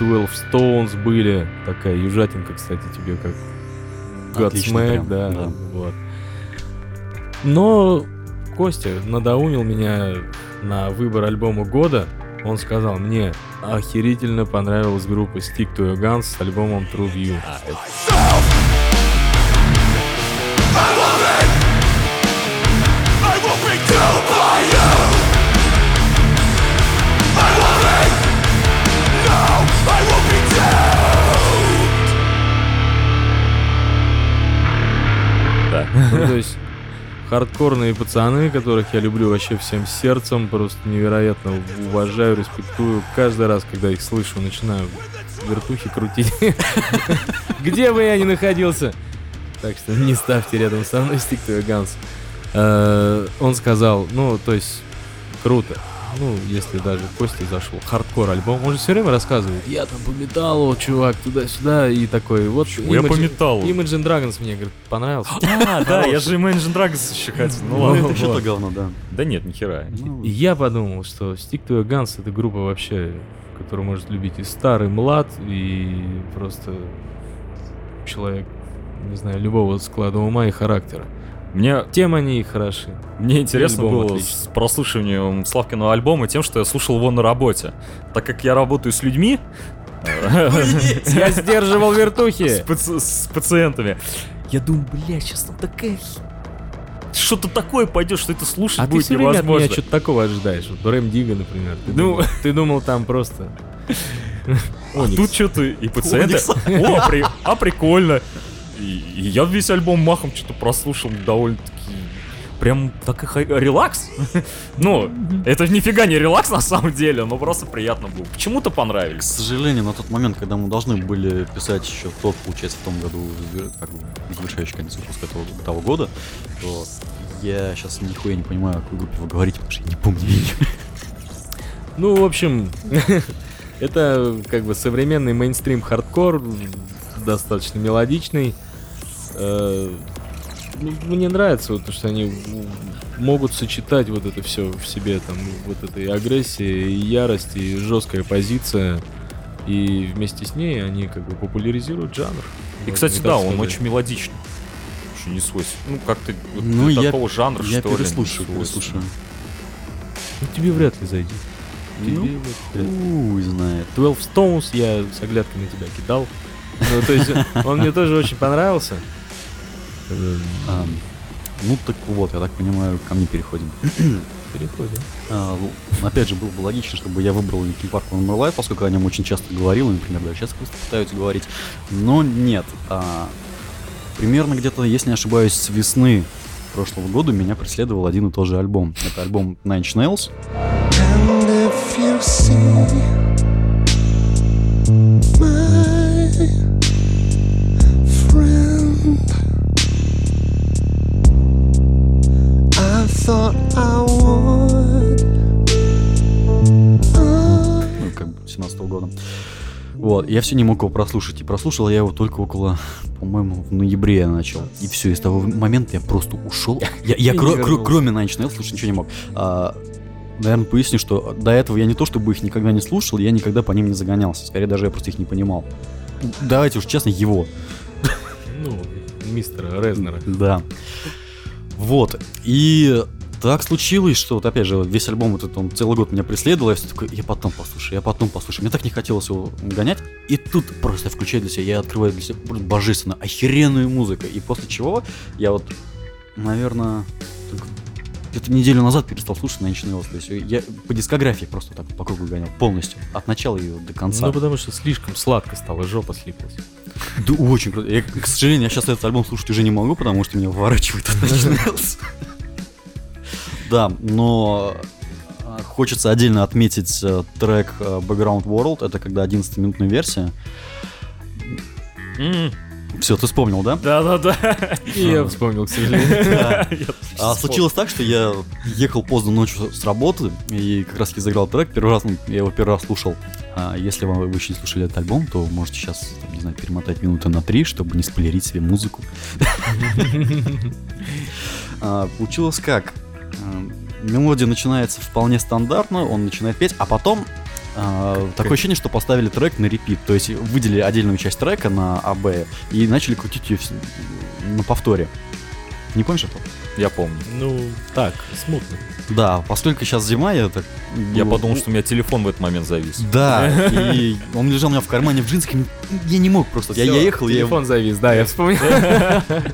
B: 12 Stones были, такая южатинка, кстати, тебе как
A: Отлично
B: Godsmack,
A: прям,
B: да,
A: да.
B: вот. Но Костя надоумил меня на выбор альбома года. Он сказал мне, охерительно понравилась группа Stick to Your Guns с альбомом True View.
F: I will be killed by you.
B: Ну, Хардкорные пацаны, которых я люблю вообще всем сердцем, просто невероятно уважаю, респектую. Каждый раз, когда их слышу, начинаю вертухи крутить. Где бы я ни находился. Так что не ставьте рядом со мной Stick to your Guns. Э, Он сказал, ну, то есть, круто. Ну, если даже Костя зашел, хардкор альбом, он же все время рассказывает, я там по металлу, чувак, туда-сюда, и такой, вот
C: Я по
B: Imagine-
C: металлу.
B: Imagine Dragons мне, говорит, понравился.
C: А, да, я же Imagine Dragons еще хотел. Ну
A: Ну,
C: ладно.
A: это что-то
B: вот.
A: говно, да.
C: Да нет, нихера.
A: Ну,
B: И я подумал, что Stick to Your Guns это группа вообще, которую может любить и старый, и млад, и просто человек, не знаю, любого склада ума и характера.
C: Мне
B: Тем они и хороши.
C: Мне интересно
B: Альбом
C: было
B: отлично.
C: с прослушиванием Славкиного альбома тем, что я слушал его на работе. Так как я работаю с людьми,
B: Я сдерживал
C: с
B: вертухи!
C: паци- с пациентами, я думаю, бля, сейчас там такая... х- Что-то такое пойдет, что это слушать
B: А ты
C: будет
B: все время от меня
C: невозможно.
B: что-то такого ожидаешь. Вот Рэм Дига, например. Ты,
C: Ну.
B: думал, ты думал там просто...
C: А тут что-то и пациенты... О, при- а прикольно. И, и я весь альбом махом что-то прослушал довольно-таки... Прям так и хай- релакс. Ну, это нифига не релакс на самом деле, но просто приятно было. Почему-то
A: К
C: понравились.
A: сожалению, на тот момент, когда мы должны были писать еще тот, получается, в том году, э, как бы, завершающий конец выпуска того, того года, то я сейчас нихуя не понимаю, о какой группе вы говорите, потому что я не помню ее.
B: Ну, в общем, это как бы современный мейнстрим хардкор, достаточно мелодичный. Э, ну, Мне нравится, вот, то, что они м, могут сочетать вот это все в себе, там, вот это и агрессия, и ярость, и жесткая позиция. И вместе с ней они как бы популяризируют жанр.
C: И,
B: Можно
C: кстати,
B: так
C: да, он
B: сказать.
C: очень мелодичный. Очень не свойств- Ну, как-то вот
A: Ну, я-
C: такого жанра,
A: Я
C: что ли. не
A: переслушаю,
C: свойственно.
A: переслушаю.
B: Ну, тебе вряд ли зайдет.
A: Ну,
B: Тебе вот
A: хуй знает.
B: 12 Stones я с оглядкой на тебя кидал. Ну, то есть он мне тоже очень понравился. Эм,
A: Ам, Ну так вот, я так понимаю, ко мне переходим.
B: Переходим.
A: А, ну, опять же, было бы логично, чтобы я выбрал Linkin Park One More Life, поскольку о нем очень часто говорил, и, например, даже сейчас просто пытаюсь говорить. Но нет. а, примерно где-то, если не ошибаюсь, с весны прошлого года меня преследовал один и тот же альбом. Это альбом Nine Inch Nails.
G: And if you see my friend, I thought I would.
A: ну, как бы 17 года. Вот, я все не мог его прослушать. И прослушал я его только около, по-моему, в ноябре я начал. И все, и с того момента я просто ушел. Я, я
B: И
A: кро-
B: не
A: кро-
B: вернулся.
A: кроме Nine Inch Nails слушать ничего не мог. наверное, поясню, что до этого я не то чтобы их никогда не слушал, я никогда по ним не загонялся. Скорее, даже я просто их не понимал. Давайте уж честно, его.
B: Ну, мистера Резнера.
A: Да. Вот. И так случилось, что вот опять же вот весь альбом этот он целый год меня преследовал, я все такой, я потом послушаю, я потом послушаю. Мне так не хотелось его гонять. И тут просто я включаю для себя, я открываю для себя просто божественно охеренную музыку. И после чего я вот, наверное, так где-то неделю назад перестал слушать Nine Inch Nails. То есть я по дискографии просто так по кругу гонял полностью. От начала ее до конца.
B: Ну, потому что слишком сладко стало, жопа слиплась.
A: Да, очень круто. Я, к сожалению, я сейчас этот альбом слушать уже не могу, потому что меня выворачивает от Nine Inch Nails. Да, но э, хочется отдельно отметить э, трек э, Background World. Это когда 11-минутная версия.
C: М,
A: Все, ты вспомнил, да?
C: Да-да-да.
B: И я вспомнил, к сожалению.
C: Я
A: А,
C: тоже
A: случилось так, что я ехал поздно ночью с работы и как раз таки заиграл трек. Первый раз, ну, я его первый раз слушал. А, если вам вы еще не слушали этот альбом, то можете сейчас, там, не знаю, перемотать минуты на три, чтобы не спойлерить себе музыку. А, Получилось как? Эм, Мелодия начинается вполне стандартно, он начинает петь, а потом а, такое ощущение, что поставили трек на репит. То есть выделили отдельную часть трека на АБ и начали крутить ее на повторе. Не помнишь этого?
C: вспомнил. Я помню.
B: Ну, так, смутно.
A: Да, поскольку сейчас зима, я так...
C: Я
A: было-
C: подумал, что у меня телефон в этот момент завис.
A: Да, и он лежал у меня в кармане в джинсах, и я не мог просто. Я, я
B: Всё,
A: ехал, я,
B: Телефон завис, да, я вспомнил.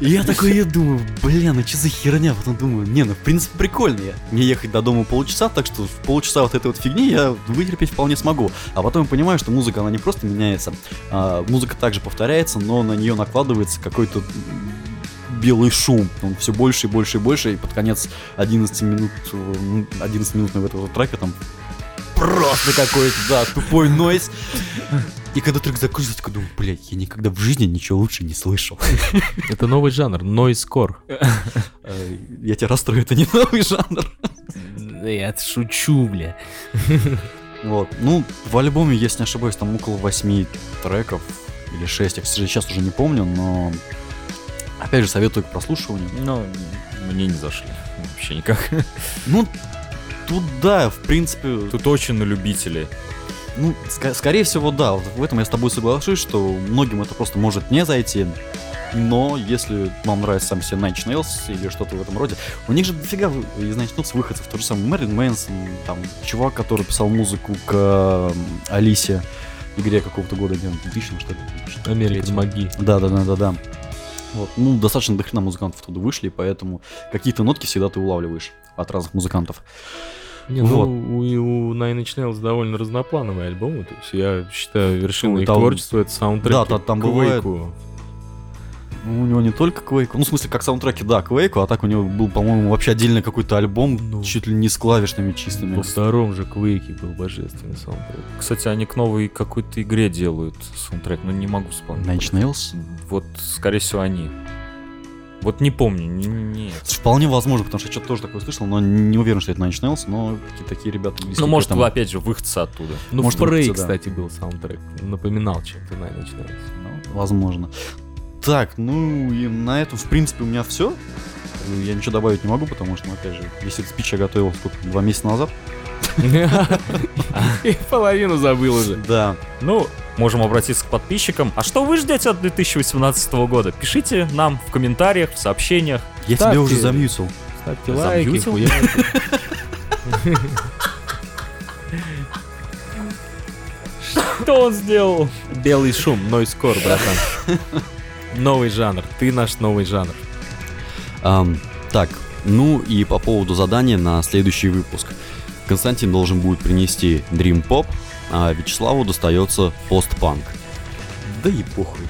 A: и я такой, я думаю, блин, ну что за херня? Потом думаю, не, ну в принципе прикольно. Я- Мне ехать до дома полчаса, так что в полчаса вот этой вот фигни я вытерпеть вполне смогу. А потом я понимаю, что музыка, она не просто меняется, а, музыка также повторяется, но на нее накладывается какой-то м, белый шум. Он все больше и больше и больше, и под конец 11 минут, э, 11 минутного этого трека там просто какой-то, да, тупой нойс. И когда трек закончился, я такой думаю, блядь, я никогда в жизни ничего лучше не слышал.
B: Это новый жанр, нойскор.
A: Э, Я тебя расстрою, это не новый жанр.
B: Я шучу, бля.
A: Вот. Ну, в альбоме, если не ошибаюсь, там около восьми треков или 6, я, к сожалению, сейчас уже не помню, но опять же советую к прослушиванию.
C: Ну, мне не зашли. Вообще никак.
A: Ну, тут да, в принципе,
C: Тут очень на любителей.
A: ну, ска- скорее всего, да, вот в этом я с тобой соглашусь, что многим это просто может не зайти, но если вам нравится сам себе Nine Inch Nails или что-то в этом роде, у них же дофига вы- из Nine Inch Nails выходцев, тот же самый Мэрин Мэнсон, там, чувак, который писал музыку к эм, Алисе, игре какого-то года, не знаю, 2000 что ли?
B: Американ
A: Третьего.
B: Маги.
A: Да, да, да, да, да. Вот, ну, достаточно дохрена музыкантов оттуда вышли, поэтому какие-то нотки всегда ты улавливаешь от разных музыкантов.
B: Не,
A: Вот.
B: ну, у, и у Nine Inch Nails довольно разноплановые альбомы. То есть я считаю, вершиной
A: Ну,
B: их
A: там-
B: творчества это саундтреки
A: Да, та- там
B: к
A: бывает.
B: Quake.
A: Ну, у него не только Квейк, ну, в смысле, как саундтреки, да, Квейку, а так у него был, по-моему, вообще отдельный какой-то альбом,
B: Ну.
A: чуть ли не с клавишными чистыми.
B: Во втором же Квейке был божественный саундтрек.
C: Кстати, они к новой какой-то игре делают саундтрек, но не могу вспомнить.
A: Nine Inch Nails?
C: Вот, скорее всего, они. Вот не помню, не- не- нет.
A: Слушай, Вполне возможно, потому что я что-то тоже такое слышал, но не уверен, что это Nine Inch Nails, но какие-то такие ребята близки
C: Ну,
A: к
C: может,
A: этому.
C: вы, опять же, выходцы оттуда.
B: Ну,
A: Может
B: в Prey,
A: быть, да.
B: кстати, был саундтрек. Напоминал чем-то Nine Inch Nails.
A: Ну, возможно. Так, ну и на этом, в принципе, у меня все. Я ничего добавить не могу, потому что, ну, опять же, весь этот спич я готовил сколько, два месяца назад.
B: И половину забыл уже.
A: Да.
C: Ну, можем обратиться к подписчикам. А что вы ждете от 2018 года? Пишите нам в комментариях, в сообщениях.
A: Я
B: Ставьте.
A: тебя уже замьютил.
B: Ставьте лайки,
C: Замьютил?
B: хуярите.
C: Что он сделал?
B: Белый шум, нойскор, братан. Новый жанр. Ты наш новый жанр.
A: Ам, так, ну и по поводу задания на следующий выпуск. Константин должен будет принести Dream Pop, а Вячеславу достается постпанк. Да и похуй.